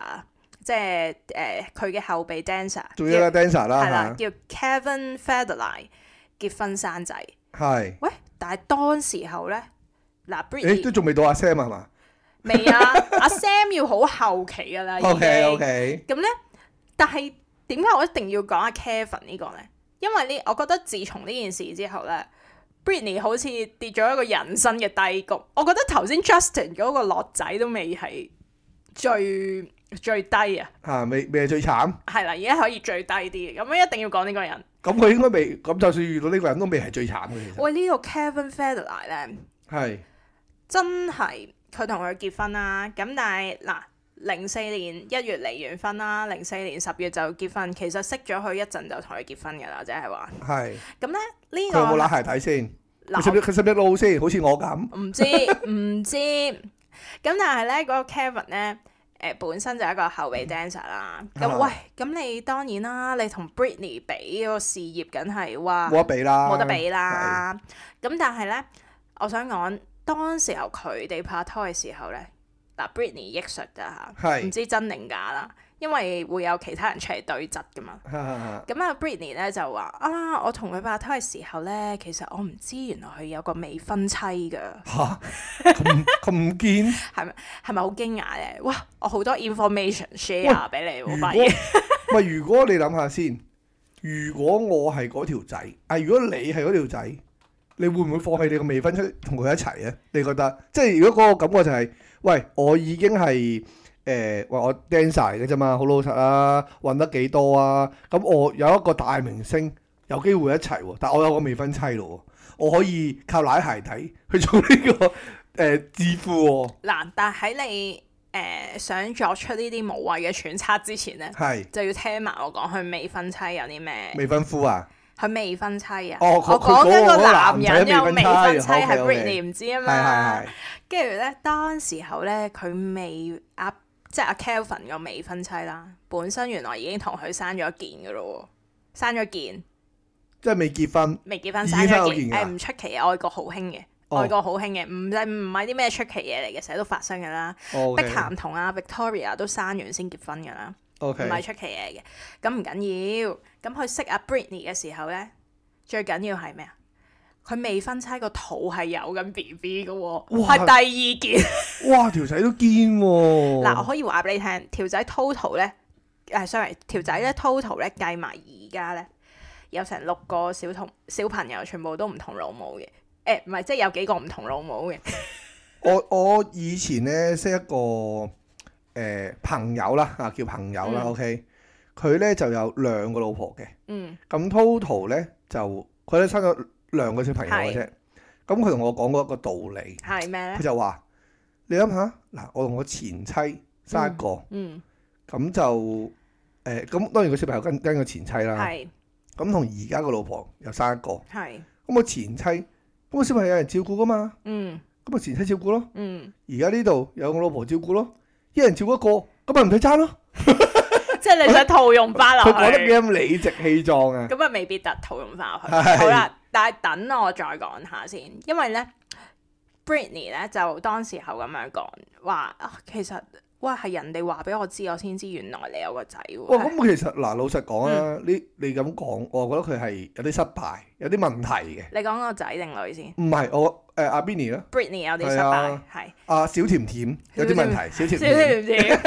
A: 即啊係誒佢嘅後備 dancer，
B: 仲有一
A: 叫
B: 個 dancer
A: 係啦
B: 啦，
A: 叫 Kevin Federline 結婚生仔。
B: 嚇，係
A: 喂，但係當時候咧，嗱
B: 誒
A: Britney
B: 都仲未到阿 Sam 係嘛
A: 未啊，阿 Sam 要好後期㗎啦已
B: (laughs)
A: 經。
B: ？OK OK，
A: 咁咧，但係點解我一定要講阿 Kevin 呢個咧？因為呢，我覺得自從呢件事之後咧，Britney 好似跌咗一個人生嘅低谷。我覺得頭先 Justin 嗰個落仔都未係最最低啊，
B: 嚇未未係最慘，
A: 係啦，而家可以最低啲嘅，咁樣一定要講呢個人。
B: 咁佢應該未，咁就算遇到呢個人都未係最慘嘅，其實
A: 喂，呢、個 Kevin Federline 咧，
B: 係
A: 真係佢同佢結婚啦。咁但係嗱，零四年一月離完婚啦，零四年十月就結婚。其實識咗佢一陣就同佢結婚㗎啦，即係話。
B: 係，
A: 咁咧呢
B: 佢
A: 個
B: 有冇揦鞋底先？佢識
A: 嗱，
B: 唔識佢識唔識路先？好似我咁，
A: 唔知唔知。咁但係咧，嗰、個 Kevin 咧，誒、本身就係一個後備 dancer 啦。咁、
B: 啊
A: 喂，咁你當然啦，你同 Britney 比嗰個事業，梗係哇
B: 冇得比啦，
A: 冇得比啦。咁但係咧，我想講當時候佢哋拍拖嘅時候咧，嗱 Britney 憶述㗎嚇，唔
B: 係，
A: 知真定假啦，因為會有其他人出嚟對質㗎嘛。
B: 係，
A: 咁啊，Britney 咧就話啊，我同佢拍拖嘅時候咧，其實我唔知原來佢有個未婚妻㗎，
B: 嚇咁咁堅。
A: 係咪係咪好驚訝咧？哇！我好多 information
B: 喂
A: share 俾你，我
B: 如
A: 發
B: 果
A: 現
B: 喂，如果你諗下先，如果我係嗰條仔，啊，如果你係嗰條仔，你會唔會放棄你個未啊婚妻同佢一齊咧？你覺得，即係如果嗰個感覺就係、喂，我已經係誒、誒話我 dancer 嚟嘅啫嘛，好老實啊，揾得幾多啊？咁我有一個大明星有機會一齊喎，但我有個未婚妻咯喎，我可以靠奶鞋底去做呢、個誒、致富喎、
A: 嗱，但喺你诶、呃想作出呢啲無謂嘅揣測之前咧，
B: 係
A: 就要聽埋我講佢未婚妻有啲咩？
B: 未婚夫啊，
A: 佢未婚妻啊！
B: 哦佢
A: 我
B: 佢嗰
A: 講緊
B: 個
A: 個
B: 嗰個
A: 男
B: 男
A: 人
B: 仔
A: 有
B: 未婚
A: 未
B: 妻
A: 婚妻係
B: OK，OK
A: Britney 唔知啊
B: 係
A: 嘛
B: 係。
A: 跟住咧，當時候咧，佢未阿即係阿 Kelvin 個未婚妻啦，本身原來已經同佢生咗一件嘅咯喎，生咗件
B: 即係未結婚，
A: 未結婚
B: 已
A: 生
B: 經生
A: 咗
B: 咗
A: 件，
B: 件㗎
A: 誒唔出奇嘅，啊外國好興嘅，
B: 哦
A: 外國好興嘅，唔係唔係啲咩出奇嘢嚟嘅，成日都發生㗎啦。
B: 哦
A: 碧咸同阿 Victoria 都生完先結婚㗎啦，
B: O
A: 唔係
B: K，
A: 出奇嘢嘅。咁唔緊要，咁佢識阿 Britney 嘅時候咧，最緊要係咩啊？佢未婚妻個肚係有緊 B B 嘅喎，
B: 哇
A: 係第二件。
B: 哇條仔都堅喎，
A: 嗱，我可以話俾你聽，條仔 total 咧，誒，sorry，條仔咧 total 咧計埋而家咧，有成六個小童小朋友，全部都唔同老母嘅。誒，唔係，即係有幾個唔同老母嘅。
B: 我我以前咧識一個誒、呃朋友啦，啊叫朋友啦、
A: 嗯
B: o k 佢咧就有兩個老婆嘅，
A: 嗯，
B: 咁 total 咧就佢咧生咗兩個小朋友嘅啫。咁佢同我講過一個道理，
A: 係咩
B: 佢
A: 咧？
B: 就話：你諗下，嗱，我同我前妻生一個，
A: 嗯，
B: 咁、就誒，呃咁、當然個小朋友跟跟個前妻啦，
A: 係
B: 咁同而家個老婆又生一個，咁
A: 係，
B: 我前妻，咁個小朋友有人照顧噶嘛，
A: 嗯
B: 咁我前妻照顧咯。
A: 嗯，
B: 而家呢度有我老婆照顧咯，一人照顧一個，咁咪唔使爭咯。
A: (laughs) 即係你想套用翻落
B: 佢講得
A: 去，
B: 幾咁理直氣壯 (laughs) 啊！
A: 咁啊未必得套用翻落去。
B: 係
A: 好啦，但係等我再講下先，因為咧，Britney 咧就當時候咁樣講話啊，其實哇係人哋話俾我知，我先知原來你有個仔喎。
B: 哇，咁其實嗱，老實講
A: 嗯
B: 啊，你你咁講，我覺得佢係有啲失敗，有啲問題嘅。
A: 你講個仔定女先
B: 唔係我誒阿 Benny 啦，
A: ？Britney 有啲
B: 係
A: 失敗
B: 啊，
A: 係
B: 阿小甜甜有啲問題，小甜
A: 小
B: 甜
A: 甜
B: (laughs)
A: 甜。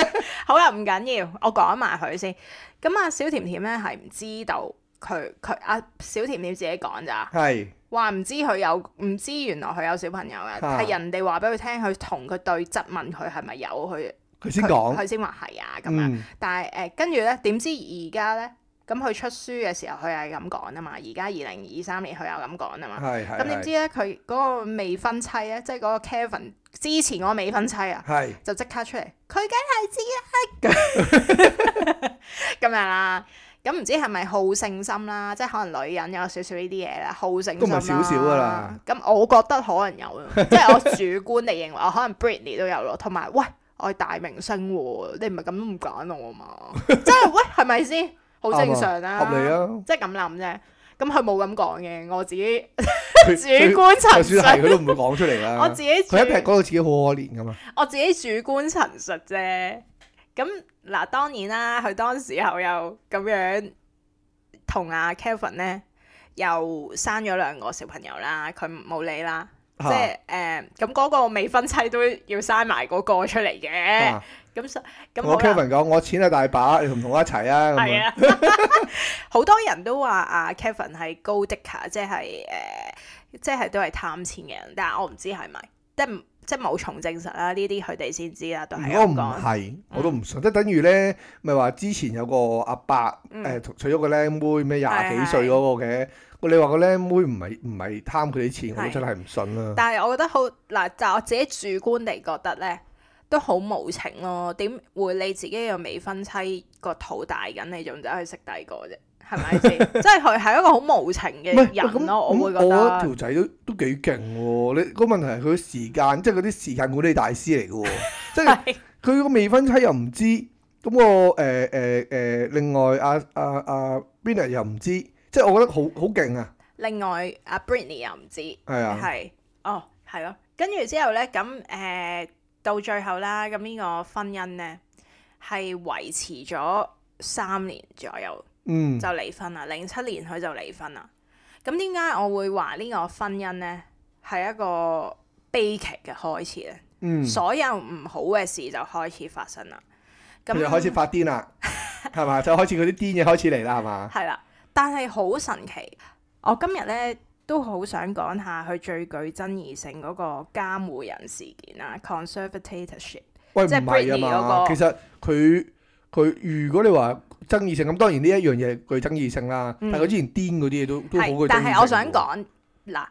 A: 好啦，唔緊要，我講埋佢先。咁啊，小甜甜咧係唔知道佢佢啊，小甜甜自己講咋，
B: 係
A: 話唔知佢有唔知原來佢有小朋友嘅，
B: 啊
A: 係人哋話俾佢聽，佢同佢對質問佢係咪有佢，
B: 佢先
A: 佢
B: 講，
A: 佢先話係啊咁樣。
B: 嗯
A: 但係誒，跟住咧點知而家咧，咁佢出書嘅時候佢係咁講啊嘛，而家二零二三年佢又咁講啊嘛。
B: 係係
A: 咁點知
B: 係
A: 咧，佢嗰個未婚妻咧，即係嗰個 Kevin 之前嗰個未婚妻啊，
B: 係
A: 就即刻出嚟，佢梗係知啦，咁 (laughs) 咁樣啦。咁唔知係咪好勝心啦，即係可能女人有少少呢啲嘢啦，好勝心
B: 都唔係少少㗎啦。
A: 咁我覺得可能有，啊 (laughs) 即係我主觀地認為，我可能 Britney 都有咯。同埋，喂，我係大明星喎，你唔係咁都唔揀我
B: (laughs)
A: 嘛？即係喂，係咪先？好正常啦、
B: 合理啊！
A: 即係咁諗啫。咁佢冇咁講嘅， (laughs) 我自己
B: 佢
A: 主觀
B: 佢
A: 陳
B: 就算係
A: 述，
B: 佢都唔會講出嚟啦。
A: (laughs) 我自己主
B: 佢一定係講到自己好可憐噶嘛。
A: 我自己主觀陳述啫。咁嗱，當然啦，佢當時候又咁樣同阿 Kevin 咧，又生咗兩個小朋友啦，佢冇理啦，即係誒咁嗰個未婚妻都要生埋嗰個出嚟嘅，
B: 嚇
A: 咁所咁
B: 同我
A: 好啦，
B: Kevin 講，我錢係啊大把，你同唔同我一齊啊？咁樣
A: 係啊， (laughs) 好多人都話阿 Kevin 係高的卡，即係誒、即係都係貪錢嘅人，但係我唔知係咪，即係唔即係冇從證實啦，呢啲佢哋先知啦，都係
B: 如果
A: 咁
B: 唔
A: 講。
B: 係，我都唔信。即係等於咧，咪話之前有個阿伯
A: 嗯
B: 誒娶咗個靚妹，咩廿幾歲嗰個嘅。我你話個靚妹唔係唔係貪佢啲錢，我都
A: 係
B: 真係唔信啦。
A: 但係我覺得好嗱，就我自己主觀地覺得咧，都好無情咯。點會你自己個未婚妻個肚大緊，你仲走去識第二個啫？係咪
B: (laughs)
A: 先？即係佢係一個好無情嘅
B: 唔係喂
A: 人
B: 咁
A: 咯，我會覺
B: 咁我覺
A: 得。
B: 得條仔都都幾勁喎。你個問題係佢時間，即係嗰啲時間管理大師
A: (laughs)
B: 嚟嘅喎。即係
A: 係
B: 佢個未婚妻又唔知，咁我誒誒誒，另外阿阿阿 b e n n 又唔知，即係我覺得好好勁啊！
A: 另外，阿 Britney 又唔知，
B: 係啊，
A: 係哦，係咯。跟住之後咧，咁誒、呃到最後啦，咁呢個婚姻咧係維持咗三年左右。
B: 嗯，
A: 就離婚啦，零七年佢就離婚啦。咁點解我會話呢個婚姻呢係一個悲劇嘅開始呢？
B: 嗯，
A: 所有唔好嘅事就開始發生啦。咁
B: 佢就開始發癲啦，係嘛？ (laughs) 就開始嗰啲癲嘢開始嚟啦，係嘛？
A: 係啦，但係好神奇，我今日呢都好想講下佢最具爭議性嗰個監護人事件啦啊 （conservatorship）。
B: 喂，唔
A: 即係
B: 係啊
A: Britney 嗰
B: 嘛，
A: 個
B: 其實佢佢如果你話爭議性咁，當然呢一樣嘢具爭議性啦。
A: 嗯
B: 但係佢之前癲嗰啲嘢都都好具爭議
A: 係
B: 性。
A: 但係我想，講嗱，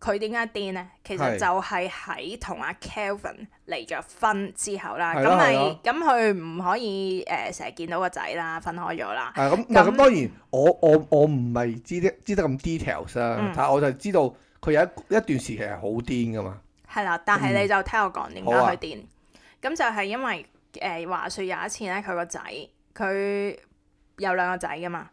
A: 佢點解癲呢？其實
B: 係
A: 就係喺同阿 Kelvin 離咗婚之後啦，
B: 係
A: 咁
B: 啦
A: 咪
B: 係啦
A: 咁佢唔可以誒成日見到個仔啦，分開咗啦。
B: 係咁嗱
A: 咁
B: 咁當然，我我我唔係知得知得咁 details
A: 嗯
B: 啦，但係我就知道佢有一一段時期係好癲噶嘛。
A: 係啦，但係你就聽我講點解
B: 嗯好啊
A: 佢癲，咁、就係因為誒、呃、話説有一次咧，佢個仔佢有兩個仔噶嘛，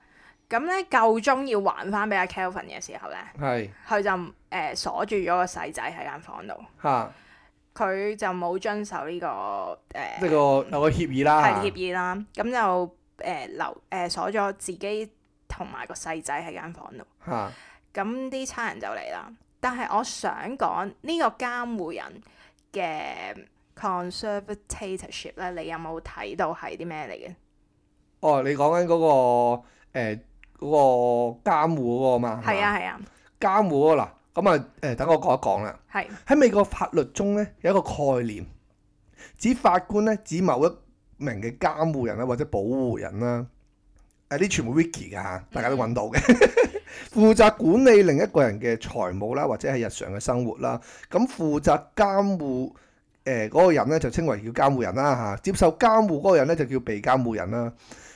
A: 咁咧夠鐘要還翻俾阿 Kelvin 嘅時候咧，
B: 係
A: 佢就誒、呃、鎖住咗個細仔喺間房度，
B: 嚇，
A: 佢就冇遵守呢、個呃誒
B: 即係個有個協議啦。
A: 係協議啦，咁就誒留誒鎖咗自己同埋個細仔喺間房度。
B: 嚇
A: 咁啲差人就嚟啦。但係我想講呢、個監護人嘅 conservatorship 咧，你有冇睇到係啲咩嚟嘅？
B: 哦，你講緊嗰個誒嗰個監護嗰個嘛？
A: 係啊係啊
B: 監護嗰個嗱，咁啊誒，等我講一講啦。
A: 係
B: 喺美國法律中咧有一個概念，指法官咧指某一名嘅監護人啦或者保護人啦，誒啲全部 wiki 㗎嚇，大家都揾到嘅， (laughs) 負責管理另一個人嘅財務啦或者係日常嘅生活啦，咁負責監護。誒嗰個人咧就稱為叫監護人啦嚇、接受監護嗰個人咧就叫被監護人啦。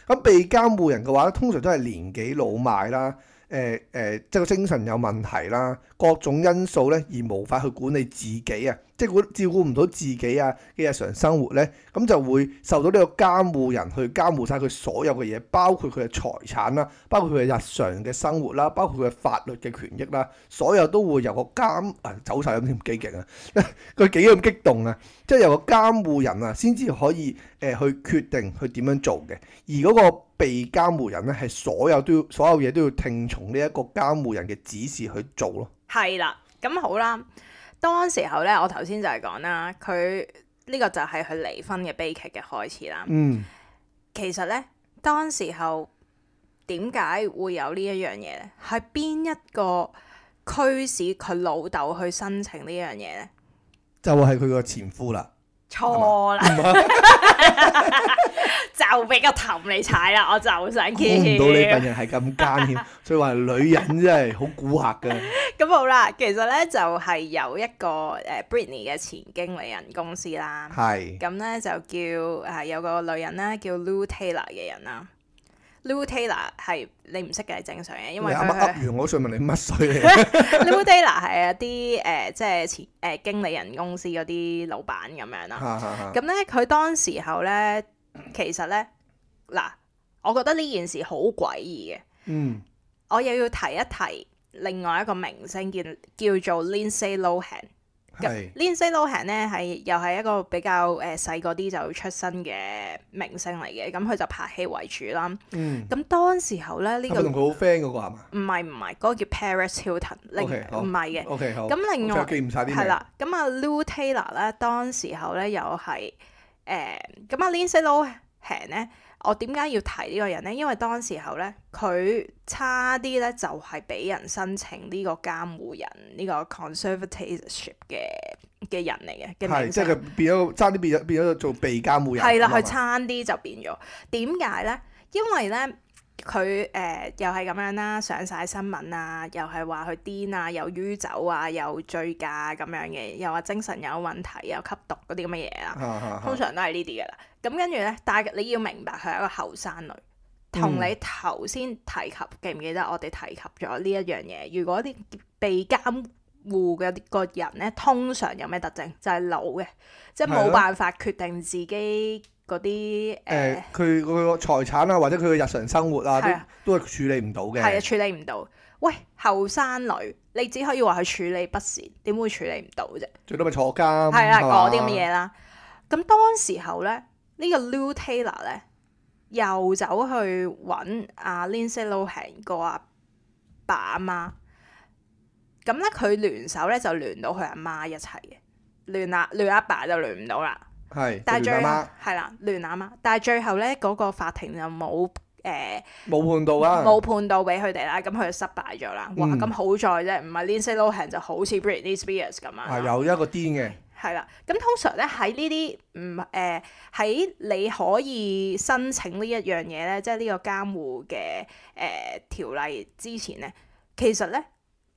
B: 咁被監護人嘅話咧，通常都係年紀老邁啦，誒、誒、呃即係個精神有問題啦，各種因素咧而無法去管理自己啊，即係管照顧唔到自己啊嘅日常生活咧，咁就會受到呢個監護人去監護晒佢所有嘅嘢，包括佢嘅財產啦，包括佢嘅日常嘅生活啦，包括佢嘅法律嘅權益啦，所有都會由個監啊走晒咁添幾勁啊！ (laughs) 佢幾咁激動啊！即係由個監護人啊，先至可以誒、呃去決定去點樣做嘅。而嗰個被監護人咧，係所有都要所有嘢都要聽從呢一個監護人嘅指示去做咯。
A: 係啦。咁好啦，當時候咧，我頭先就係講啦，佢呢、個就係佢離婚嘅悲劇嘅開始啦。
B: 嗯，
A: 其實咧，當時候點解會有呢一樣嘢咧？係邊一個驅使佢老豆去申請呢樣嘢咧？
B: 就係佢個前夫啦。
A: 錯啦， (laughs) 就俾個氹你踩啦，我就想
B: 估唔到你份
A: 見。
B: 人係咁
A: (laughs)
B: 奸險，所以話女人真係好蠱惑嘅。
A: 咁好啦，其實咧就係有一個誒 Britney 嘅前經理人公司啦，
B: 係
A: 咁咧就叫誒有個女人啦，叫 Lou Taylor 嘅人啦。Lou Taylor 係你唔識嘅係正常嘅，因為
B: 你
A: 佢
B: 啱啱
A: 係
B: 噏完，我想問你乜水
A: (laughs)
B: 嚟？
A: Lou Taylor 係一啲誒即係前誒經理人公司嗰啲老闆咁樣啦。
B: 嚇嚇嚇
A: 咁咧，佢當時候咧，其實咧，嗱，我覺得呢件事好詭異嘅。
B: 嗯，
A: 我又要提一提另外一個明星叫叫做 Lindsay Lohan。
B: 係
A: Lindsay Lohan 咧係又係一個比較誒細個啲就出身嘅明星嚟嘅，咁佢就拍戲為主啦。
B: 嗯，
A: 咁當時候咧呢、
B: 係
A: 個
B: 咪同佢好 friend 嗰個係嘛
A: 唔係唔係嗰個叫 Paris Hilton，另
B: OK，好
A: 唔係嘅。
B: ？OK 好。
A: 咁另外
B: 我記唔晒啲
A: 係
B: 名。
A: 啦，咁啊 Lou Taylor 咧，當時候咧又係誒，咁啊 Lindsay Lohan 咧，我點解要提呢個人咧？因為當時候咧，佢差啲咧就係俾人申請呢個監護人呢、個 conservatorship 嘅嘅人嚟嘅嘅
B: 係，
A: 名
B: 即
A: 聲
B: 係佢變咗爭啲變咗變咗做被監護人。
A: 係啦，佢
B: 係嘛
A: 差啲就變咗。點解咧？因為咧，佢誒、呃又係咁樣啦，上晒新聞啊，又係話佢癲啊，又酗酒啊，又醉駕啊咁樣嘅，又話精神有問題，又吸毒嗰啲咁嘅嘢啊啦。
B: 嚇嚇嚇
A: 通常都係呢啲嘅啦。咁跟住咧，但係你要明白佢係一個後生女，同
B: 嗯
A: 你頭先提及記唔記得我哋提及咗呢一樣嘢？如果啲被監護嘅個人咧，通常有咩特徵？就係、老嘅，即係
B: 係
A: 冇
B: 咯
A: 辦法決定自己嗰啲呃誒
B: 誒，呃佢佢個財產啊，或者佢嘅日常生活
A: 係啊
B: 啊，都都係處理唔到嘅。
A: 係啊處理唔到。喂，後生女，你只可以話佢處理不善，點會處理唔到啫？
B: 最多咪坐監。
A: 係啦，
B: 係嘛
A: 嗰啲咁嘅。嘢啦。咁當時候咧，呢、個 Lou Taylor 咧又走去揾阿 Lindsay Lohan 個阿爸阿媽。咁咧，佢聯手咧就聯到佢阿媽一齊嘅，聯阿聯阿爸就聯唔到啦。
B: 係，
A: 但係
B: 最
A: 最
B: 媽
A: 係啦，聯阿媽，但係最後咧嗰、個法庭就冇誒
B: 冇判到啊。
A: 冇判到俾佢哋啦，咁佢就失敗咗啦。哇！
B: 嗯
A: 咁好在啫，唔係 Lindsay Lohan 就好似 Britney Spears 咁啊。
B: 係有一個癲嘅，
A: 係啦，咁通常咧喺呢啲唔誒喺你可以申請呢一樣嘢咧，即係呢個監護嘅誒條例之前咧，其實咧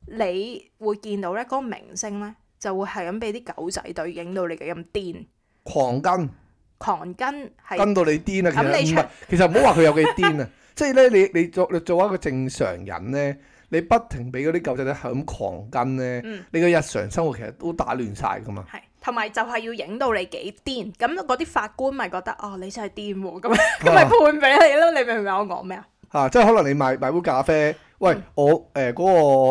A: 你會見到咧嗰、個明星咧就會係咁俾啲狗仔隊影到你嘅咁癲
B: 狂跟
A: 狂跟係
B: 跟到你癲啊！
A: 咁你
B: 其實唔
A: 出
B: 係，其實唔好話佢有幾癲啊！ (laughs) 即係咧，你你做你做一個正常人咧，你不停俾嗰啲狗仔咧係咁狂跟咧，
A: 嗯
B: 你嘅日常生活其實都打亂晒噶嘛。
A: 係，同埋就係要影到你幾癲，咁嗰啲法官咪覺得哦你真係癲喎，咁 (laughs) 咁咪
B: 啊
A: 判俾你咯，你明唔明我講咩啊？
B: 啊，即係可能你買買杯咖啡，喂，
A: 嗯
B: 我誒嗰、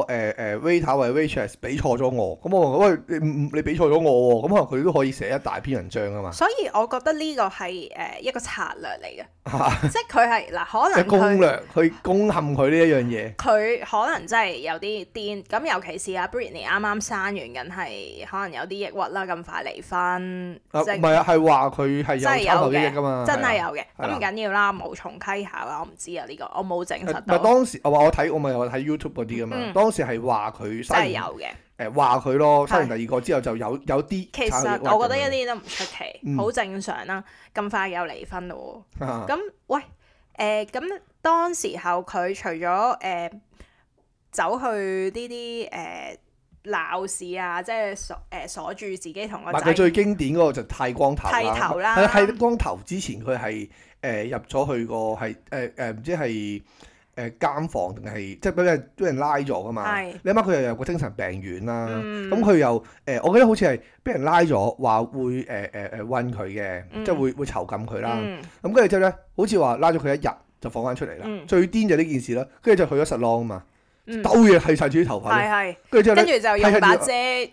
B: 個誒、誒 waiter 或者 waitress 俾錯咗我，咁我話喂你唔唔你俾錯咗我喎，咁可能佢都可以寫一大篇文章啊嘛，
A: 所以我覺得呢個係誒一個策略嚟嘅， (laughs)
B: 嚇
A: 即係佢係嗱，
B: 啊即
A: 可
B: 係攻
A: 能佢
B: 略去攻陷佢呢一樣嘢，
A: 佢可能真係有啲癲，咁尤其是阿 Britney 啱啱生完，梗係可能有啲抑鬱啦，咁快離婚，
B: 啊唔
A: 即係
B: 係啊，係話佢係
A: 真係
B: 有
A: 有
B: 抄頭
A: 嘅
B: 啲噶嘛，
A: 真係
B: 啊。
A: 有嘅，
B: 係
A: 咁
B: 啦
A: 唔緊要啦，無從稽考啊，我唔知啊呢個，我冇證
B: 誒
A: 實
B: 唔係
A: 到，
B: 當時我話我睇我咪我睇 YouTube 嗰啲噶嘛，
A: 嗯
B: 當時係話佢生
A: 真係
B: 完
A: 有嘅。
B: 誒話佢咯，生
A: 係
B: 完第二個之後就有有啲
A: 其
B: 抄
A: 實
B: 佢
A: 我覺得
B: 咁樣
A: 一啲都唔出奇，
B: 嗯
A: 好正常啦。咁快又離婚咯喎。
B: 啊
A: 咁喂，誒、咁當時候佢除咗誒、呃走去呢啲誒鬧事啊，即係鎖誒、呃、鎖住自己同個
B: 唔係佢
A: 仔
B: 最經典嗰個就剃光頭啦，
A: 剃頭啦
B: 係剃光頭之前佢係呃誒入咗去個係誒誒唔知係呃誒監房定係即係俾人俾人拉咗噶嘛。
A: 係
B: 你諗下佢又有個精神病院啦，
A: 嗯
B: 咁佢、又誒、呃我記得好似係俾人拉咗，話會呃誒誒誒韞佢嘅，
A: 嗯
B: 即係會會囚禁佢啦。
A: 嗯
B: 咁跟住之後咧，好似話拉咗佢一日就放翻出嚟啦。
A: 嗯
B: 最癲就呢件事啦，跟住就去咗實浪啊嘛，
A: 嗯，
B: 兜嘢剃晒自己頭髮
A: 係
B: 咯，
A: 係，
B: 跟住之後
A: 跟
B: 咧
A: 住就用
B: 睇下
A: 把
B: 要
A: 遮誒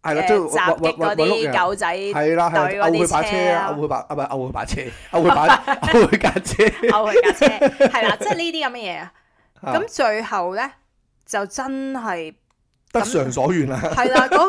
B: 係啦，即係
A: 襲
B: 揾
A: 擊嗰
B: 揾揾碌人
A: 啲。啊狗仔，毆
B: 係啊啦，係啦
A: 隊嗰
B: 勾
A: 啲
B: 佢把
A: 車
B: 車
A: 啊
B: 啊，勾佢把啊唔係勾佢把車， (laughs) 勾佢
A: (laughs)
B: 把勾佢架車。
A: 佢架
B: (laughs)
A: 車，係啦，即係呢啲咁嘅嘢啊。
B: 啊
A: 咁最後咧就真
B: (laughs)
A: 係
B: 得償所願啊啦，
A: 係啦，嗰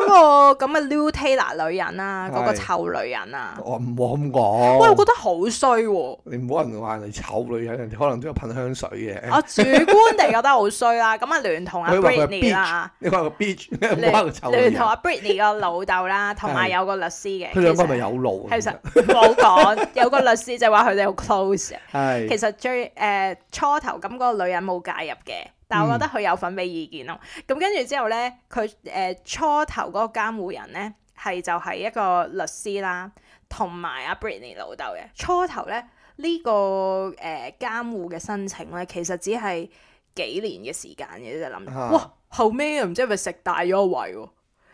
A: 個咁嘅 New Taylor 女人啊，嗰個
B: 係哦
A: 臭女人啊，
B: 我唔好咁
A: 喂，我
B: 講。
A: 覺得好衰喎。
B: 你唔好人話人哋醜女人，人哋可能都有噴香水嘅。
A: 我啊主觀地覺得好衰啦，咁啊聯同阿
B: 我以為佢係
A: Britney 啦，
B: 你話
A: (laughs)
B: 個 bitch，唔好話個醜
A: 聯
B: 女
A: 同
B: 人。
A: 阿 Britney 個老豆啦，同埋
B: 係
A: 有個律師嘅，
B: 佢兩個
A: 其實
B: 咪有路啊？
A: 其實冇講，有個律師就話佢哋好 close 嘅。
B: 係
A: 其實最誒、呃初頭咁嗰個女人冇介入嘅，但我覺得
B: 嗯
A: 佢有份俾意見咯。咁跟住之後咧，佢誒、呃初頭嗰個監護人咧係就係一個律師啦，同埋阿 Britney 老豆嘅。初頭咧呢、個誒、呃、監護嘅申請咧，其實只係幾年嘅時間嘅啫，諗住
B: 啊
A: 哇後尾又唔知係咪食大咗個胃喎。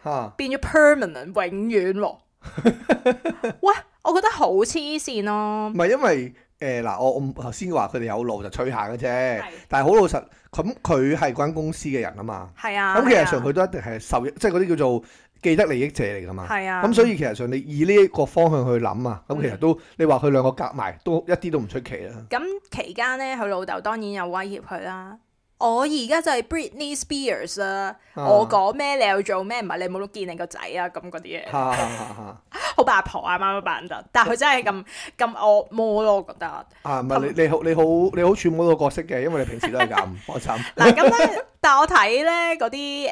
B: 嚇
A: 變咗 permanent 永遠
B: (laughs)
A: 喎，喂，我覺得好黐線咯
B: 唔，係因為誒嗱，我我唔頭先話佢哋有路就吹下嘅啫
A: 係，
B: 但係好老實，咁佢係間公司嘅人啊嘛。
A: 係啊，
B: 咁其
A: 係啊
B: 實上佢都一定係受益，即係嗰啲叫做既得利益者嚟㗎嘛。
A: 係啊，嗯
B: 咁所以其實上你以呢一個方向去諗啊，咁其實都你話佢兩個夾埋都一啲都唔出奇啦。
A: 咁期間咧，佢老豆當然有威脅佢啦。我而家就係 Britney Spears 啦，
B: 啊
A: 我講咩你又做咩，唔係你冇得見你個仔啊咁嗰啲嘢，
B: (laughs) 哈哈哈哈
A: 好八婆啊媽媽扮得，但係佢真係咁咁惡魔咯，我覺得。
B: 啊，唔係你你好你好你好揣摩到個角色嘅，因為你平時都
A: (laughs)
B: 係咁，我心 (laughs)
A: 嗱咁咧，但我睇咧嗰啲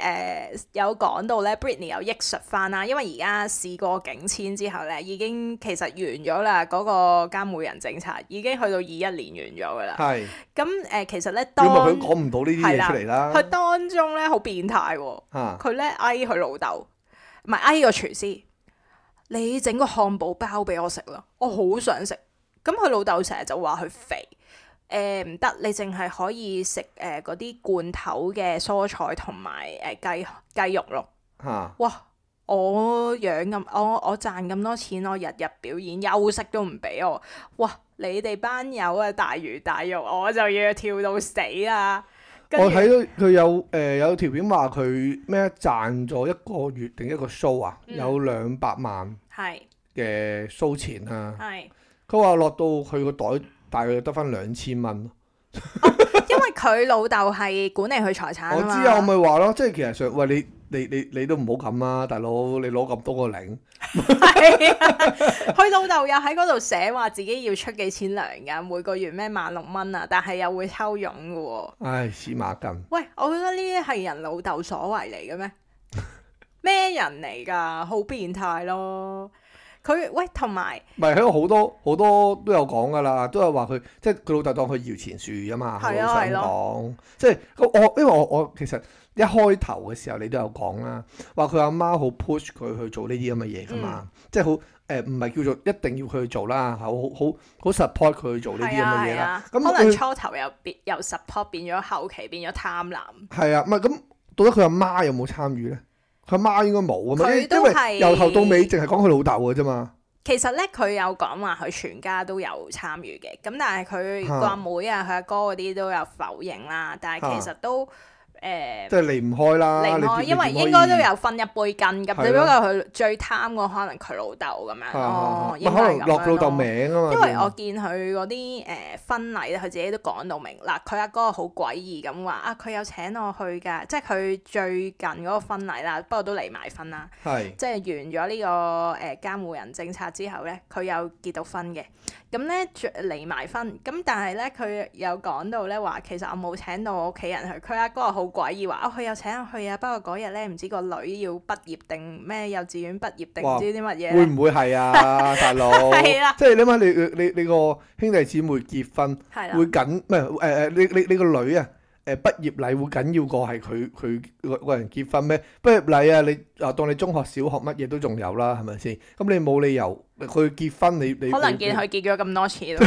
A: 誒有講到咧，Britney 有憶述翻啦，因為而家事過境遷之後咧，已經其實完咗啦，嗰、個監護人政策已經去到二一年完咗噶啦。
B: 係，
A: 咁誒、其實咧
B: 因
A: 當
B: 為佢講啊唔到呢啲
A: 係啦
B: 嘢出嚟
A: 佢
B: 啦。
A: 當中咧好變態喎、
B: 嚇
A: 佢咧嗌佢老豆，唔係嗌個廚師，你整個漢堡包俾我食啦，我好想食。咁佢老豆成日就話佢肥，誒唔得，你淨係可以食誒嗰啲罐頭嘅蔬菜同埋誒雞雞肉咯。
B: 嚇，
A: 哇！我養咁我我賺咁多錢，我日日表演休息都唔俾我。哇！你哋班友啊，大魚大肉，我就要跳到死啦！跟
B: 我
A: 住
B: 睇到佢有誒有條片話佢咩啊賺咗一個月定一個 show 啊，
A: 嗯
B: 有兩百萬
A: 係
B: 嘅 show 錢啊。
A: 係。
B: 佢話落到佢個袋大約得翻兩千蚊。
A: 因為佢老豆係管理佢財產啊
B: 我
A: 嘛
B: 知啊，我咪話咯，即係其實上，喂你你你你都唔好咁啊，大佬，你攞咁多個零，
A: 係啊佢老豆又喺嗰度寫話自己要出幾錢糧㗎，每個月咩萬六蚊啊，但係又會偷傭嘅喎。
B: 唉，屎馬筋， (laughs)
A: 喂，我覺得呢啲係人老豆所為嚟嘅咩？咩人嚟㗎？好變態咯！佢喂，同埋
B: 咪喺度好多好多都有講噶啦，都有話佢即係佢老豆當佢搖錢樹啊嘛，
A: 係
B: 佢
A: 啊
B: 好想
A: 係
B: 講，即係我因為我我其實一開頭嘅時候你都有講啦，話佢阿媽好 push 佢去做呢啲咁嘅嘢噶嘛，
A: 嗯
B: 即係好誒唔係叫做一定要佢去做啦，好好好好 support 佢去做呢啲
A: 係
B: 咁
A: 啊
B: 嘅嘢
A: 係
B: 啦。
A: 啊，
B: 咁
A: 可能
B: 佢
A: 初頭又變由 support 變咗後期變咗貪婪，
B: 係啊，唔係咁到底佢阿媽有冇參與咧？佢阿媽應該冇啊嘛，因為
A: 佢都係
B: 因為由頭到尾淨係講佢老豆嘅啫嘛，
A: 其實咧，佢有講話佢全家都有參與嘅，咁但係佢
B: 嚇
A: 個阿妹啊、佢阿哥嗰啲都有否認啦，但係其實都誒。呃
B: 啊即係離唔開啦。
A: 離
B: 你
A: 唔開，
B: 點
A: 因為
B: 你點可
A: 應該
B: 以 (laughs)
A: 都有分一杯羹咁，
B: 係咯
A: 只不過佢最貪個可能佢老豆咁樣咯，
B: 啊咪
A: 哦應
B: 可
A: 該係咁
B: 能落
A: 樣
B: 老豆
A: 咯。
B: 名啊嘛。
A: 因為 (laughs) 我見佢嗰啲誒呃婚禮咧，佢自己都講到明嗱，佢阿哥好詭異咁話啊，佢有請我去㗎，即係佢最近嗰個婚禮啦，不過都離埋婚啦，
B: 係
A: 即係啊完咗呢、個誒監護人政策之後咧，佢有結到婚嘅，咁咧最離埋婚，咁但係咧佢有講到咧話，其實我冇請到我屋企人去，佢阿哥好詭異話啊，佢有請我去啊，不過嗰日咧唔知個女要畢業定咩幼稚園畢業定
B: 哇
A: 唔知啲乜嘢
B: 會
A: 呢，
B: 唔會係啊，大佬？
A: (laughs) 係啦
B: 即係你諗下，你你你個兄弟姊妹結婚
A: 係啊啦
B: 會。緊唔係誒誒？你你你個女啊誒畢業禮會緊要過係佢佢個人結婚咩？畢業禮啊，你啊當你中學、小學乜嘢都仲有啦，係咪先？咁你冇理由佢結婚，你你
A: 可能見佢結咗咁多次
B: (laughs)
A: 咯。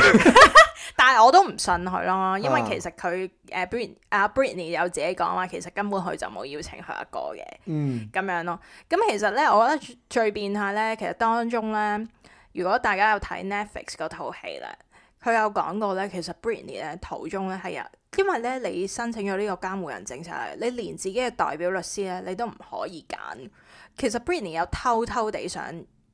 A: 但係我都唔信佢咯，因為其實
B: 啊
A: 佢誒 Brit 阿 Britney 有自己講話，其實根本佢就冇邀請佢阿哥嘅
B: 嗯
A: 咁樣咯。咁其實咧，我覺得最最變態咧，其實當中咧，如果大家有睇 Netflix 嗰套戲咧，佢有講過咧，其實 Britney 咧途中咧係啊，因為咧你申請咗呢個監護人政策呢，你連自己嘅代表律師咧你都唔可以揀。其實 Britney 有偷偷地想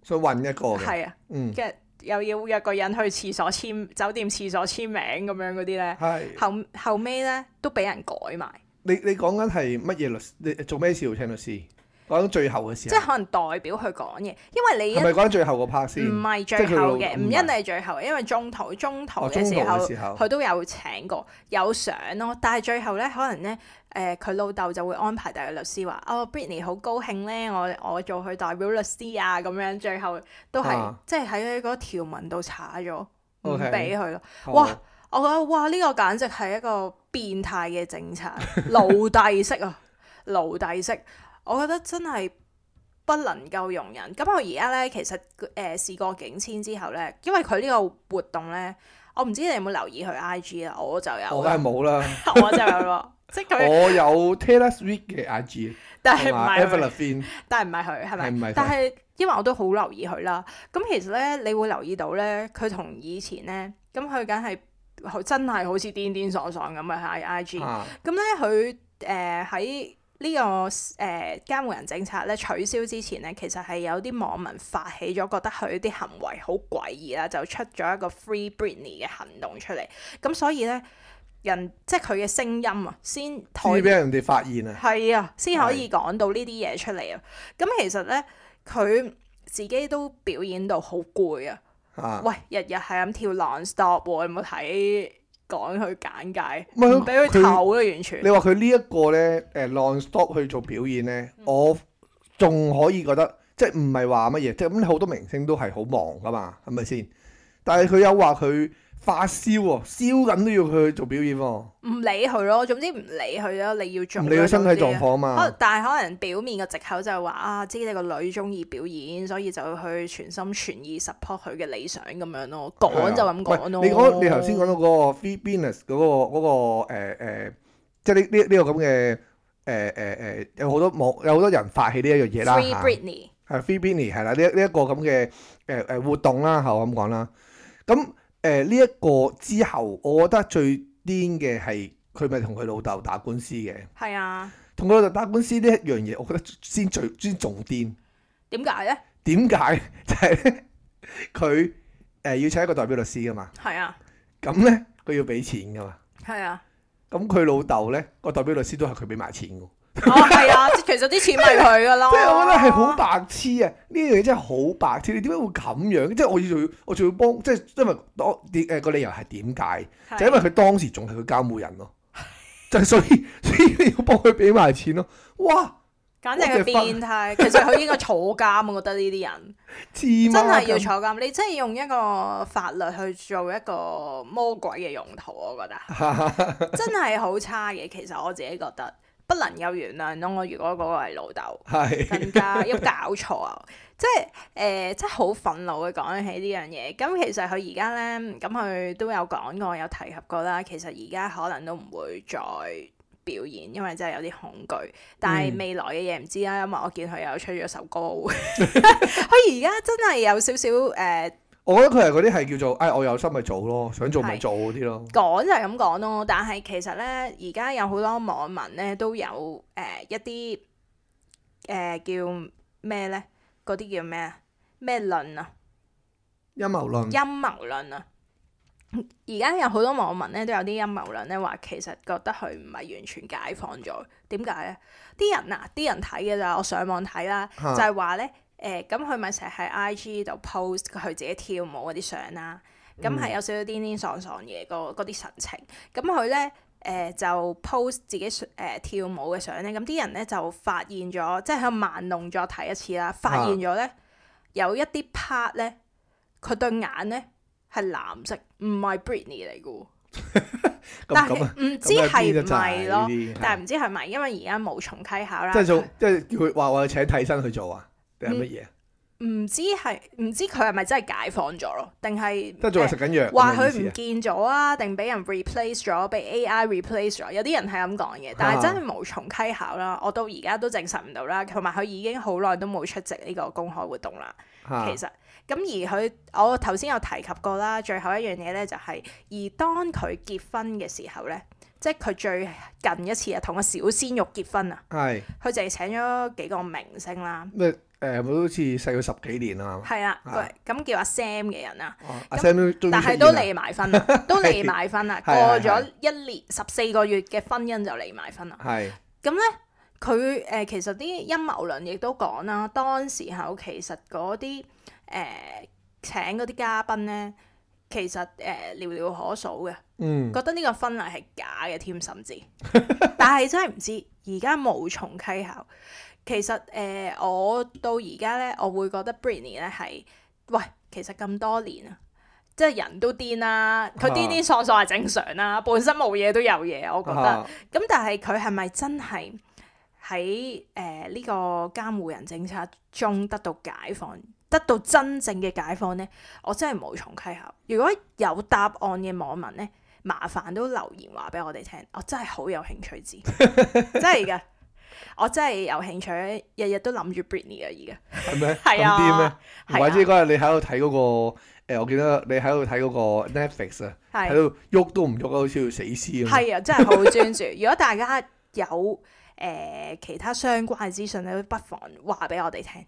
B: 想揾一個嘅
A: 係啊。
B: 嗯
A: 嘅又要約個人去廁所簽酒店廁所簽名咁樣嗰啲咧，
B: 係
A: 後後尾咧都俾人改埋，
B: 你你講緊係乜嘢律師？你做咩事要請律師？講緊最後嘅
A: 即
B: 時候
A: 係。可能代表去講嘢，因為你一
B: 係咪講緊最後個 part 先？
A: 唔係
B: 即
A: 最
B: 係佢老
A: 後嘅，
B: 唔
A: 唔
B: 係
A: 一定係最後，因為中途中途
B: 哦，中
A: 嘅
B: 途
A: 時候
B: 嘅。時候，
A: 佢都有請過，有相咯，但係最後咧，可能咧，誒、佢老豆就會安排第二個律師話，哦，Britney 好高興咧，我我做佢代表律師啊，咁樣最後都係、
B: 啊
A: 即係喺嗰條文度查咗，唔
B: OK
A: 俾佢咯。
B: 好
A: 哇我覺得哇，呢、個簡直係一個變態嘅政策，奴隸式啊，奴隸式。我覺得真係不能夠容忍。咁我而家呢，其實誒、呃、事過境遷之後呢，因為佢呢個活動呢，我唔知你有冇留意佢 IG 啦，我就有
B: 我梗係
A: 啦，
B: 冇啦，
A: 我就有咯。即 (laughs) 係佢，
B: 我有 Taylor Swift 嘅 IG
A: 但係唔
B: 同埋
A: 係
B: Avril
A: 佢，
B: Lavigne
A: 但係唔係佢，係咪
B: 係？唔係
A: 但
B: 佢？
A: 係因為我都好留意佢啦，咁其實咧，你會留意到咧，佢同以前咧，咁佢梗係好真係好似癲癲爽爽咁啊喺 IG，
B: 啊
A: 咁咧佢誒喺呢個誒、呃、監護人政策咧取消之前咧，其實係有啲網民發起咗，覺得佢啲行為好詭異啦，就出咗一個 Free Britney 嘅行動出嚟，咁所以咧人即係佢嘅聲音啊，先抬
B: 先俾人哋發現啊！
A: 係啊，先可以講到呢啲嘢出嚟啊。咁其實咧，佢自己都表演到好攰啊。
B: 啊，
A: 喂，日日係咁跳 non stop 喎，有冇睇講佢簡介？
B: 唔係
A: 唔俾佢
B: 佢
A: 唞啊，完全
B: 你話佢呢一個咧誒 non stop 去做表演咧，
A: 嗯
B: 我仲可以覺得即係唔係話乜嘢，即係咁好多明星都係好忙噶嘛，係咪先？但係佢有話佢發燒喎，燒緊都要佢去做表演喎，
A: 唔理佢咯。總之唔理佢咯，你要做
B: 唔
A: 咯。
B: 理佢身體
A: 總
B: 狀
A: 之
B: 況啊
A: 可
B: 嘛，
A: 但係可能表面嘅藉口就係話啊，知你個女中意表演，所以就去全心全意 support 佢嘅理想咁樣咯。
B: 係啊
A: 講就咁講咯。
B: 喂你講你頭先講到嗰個 free business 嗰、個嗰、個呃呃即係呢呢呢個咁嘅誒誒誒，有好多網有好多人發起呢一樣嘢啦
A: Free
B: 嚇
A: Britney
B: 係 free business E，係啦，呢一呢一個咁嘅誒誒活動啊啦，係我咁講啦。咁誒呢一個之後，我覺得最癲嘅係佢咪同佢老豆打官司嘅，
A: 係啊，
B: 同佢老豆打官司呢一樣嘢，我覺得先最先仲癲。
A: 點解咧？
B: 點解？就係咧，佢誒要請一個代表律師噶嘛。
A: 係啊，
B: 咁咧佢要俾錢噶嘛。
A: 係啊。
B: 咁佢老豆咧個代表律師都係佢俾埋錢嘅喎，
A: 哦，係啊， (laughs) 即係其實啲錢咪佢噶咯。
B: 即係我覺得係好白痴啊！呢樣嘢真係好白痴，你點解會咁樣？即係我要仲要我仲要幫，即係因為當誒個理由係點解？
A: 係
B: 就因為佢當時 (laughs) 仲係佢監護人咯，就係所以所以要幫佢俾埋錢咯。哇！
A: 簡直係
B: What the fuck？
A: 變態。其實佢應該坐監，啊我覺得呢啲人
B: 黐
A: 真係要
B: 孖筋。
A: 坐監。你真係用一個法律去做一個魔鬼嘅用途，我覺得
B: (laughs)
A: 真係好差嘅。其實我自己覺得不能夠原諒咯。我如果嗰個係老豆。
B: 係
A: 更加有搞錯啊！即係誒、呃真係好憤怒嘅講起呢樣嘢。咁其實佢而家咧，咁佢都有講過，有提及過啦。其實而家可能都唔會再表演，因為真係有啲恐懼。但係
B: 嗯
A: 未來嘅嘢唔知啦，因為我見佢又出咗首歌會，佢而家真係有少少誒。呃
B: 我覺得佢係嗰啲係叫做，唉，我有心咪做咯，想做咪
A: 係
B: 做嗰啲咯。
A: 講就係咁講咯，但係其實咧，而家有好多網民咧都有誒、呃一啲誒、呃叫咩咧？嗰啲叫咩啊？咩論啊？
B: 陰謀論
A: 陰謀論啊！而家有好多網民咧都有啲陰謀論咧話，其實覺得佢唔係完全解放咗。點解咧？啲人啊，啲人睇嘅咋，我上網睇啦，就
B: 嚇
A: 係話咧，誒咁佢咪成日喺 IG 度 post 佢自己跳舞嗰啲相啦，咁
B: 嗯
A: 係有少少癲癲喪喪嘢嗰嗰啲神情，咁佢咧誒就 post 自己誒、呃跳舞嘅相咧，咁啲人咧就發現咗，即係喺度慢弄咗睇一次啦，發
B: 啊
A: 現咗咧有一啲 part 咧，佢對眼咧係藍色，唔係 Britney 嚟嘅喎，但係
B: 咁咁啊，
A: 唔知
B: 咁啊邊
A: 係
B: 得
A: 唔
B: 滯
A: 係咯
B: 呢？啲
A: 但係唔知係咪，因為而家無從稽考啦。
B: 即係做，即係叫佢話我請替身去做啊，定係乜
A: 嗯
B: 嘢？
A: 唔知係唔知佢係咪真係解放咗咯，定係
B: 即係仲係
A: 誒
B: 食緊藥咁嘅意思啊。
A: 話佢唔見咗啊？定俾人 replace 咗，俾 AI replace 咗？有啲人係咁講嘅，
B: 啊
A: 但係真係無從稽考啦。我到而家都證實唔到啦，同埋佢已經好耐都冇出席呢個公開活動啦。
B: 嚇
A: 其實咁而佢，我頭先有提及過啦。最後一樣嘢咧就係、而當佢結婚嘅時候咧，即係佢最近一次啊，同個小鮮肉結婚啊，
B: 係
A: 佢就係請咗幾個明星啦，
B: 咩？誒，好呃似細佢十幾年啦，係嘛
A: 係啦，
B: 啊
A: 咁叫阿 Sam 嘅人啦。
B: 哦阿
A: 咁
B: Sam 都終於
A: 但
B: 出
A: 係
B: 現
A: 都
B: 啦
A: 離埋婚
B: (laughs)
A: 啦，都離埋婚啦，過
B: 係係
A: 咗一年十四個月嘅婚姻就離埋婚啦。
B: 係
A: 咁咧，佢誒、呃其實啲陰謀論亦都講啦，當時候其實嗰啲誒請嗰啲嘉賓咧，其實誒、呃寥寥可數嘅，
B: 嗯
A: 覺得呢個婚禮係假嘅添，甚至， (laughs) 但係真係唔知，而家無從稽考。其實誒、呃我到而家咧，我會覺得 Britney 咧係，喂，其實咁多年啊，即係人都癲啦，佢
B: 啊
A: 癲癲喪喪係正常啦，本身冇嘢都有嘢，我覺得。
B: 啊
A: 咁、但係佢係咪真係喺誒呢個監護人政策中得到解放，得到真正嘅解放呢？我真係無從稽考。如果有答案嘅網民呢，麻煩都留言話俾我哋聽，我真係好有興趣知，真係㗎，我真係有興趣，日日都諗住 Britney 啊，
B: 係咩？
A: 而家係
B: 咁癲咩
A: 啊？，
B: 唔怪
A: 係
B: 之嗰日你喺度睇嗰個誒，我記得你喺度睇嗰個 Netflix 啊，
A: 啊，
B: 喺度喐都唔喐啊，好似要死屍咁。
A: 係啊，真係好專注。 (laughs) 如果大家有誒、呃其他相關嘅資訊咧，不妨話俾我哋聽，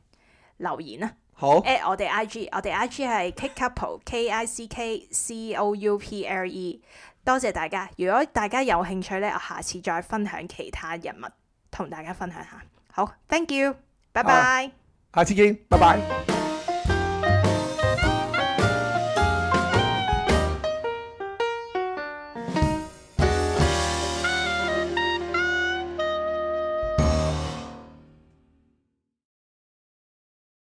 A: 留言啦。
B: 好
A: at 我哋 IG，我哋 IG 係 kick couple K I C K C O U P L E。多謝大家。如果大家有興趣咧，我下次再分享其他人物同大家分享下。好，thank you，拜
B: 好啊
A: 拜。
B: 下次見，拜拜。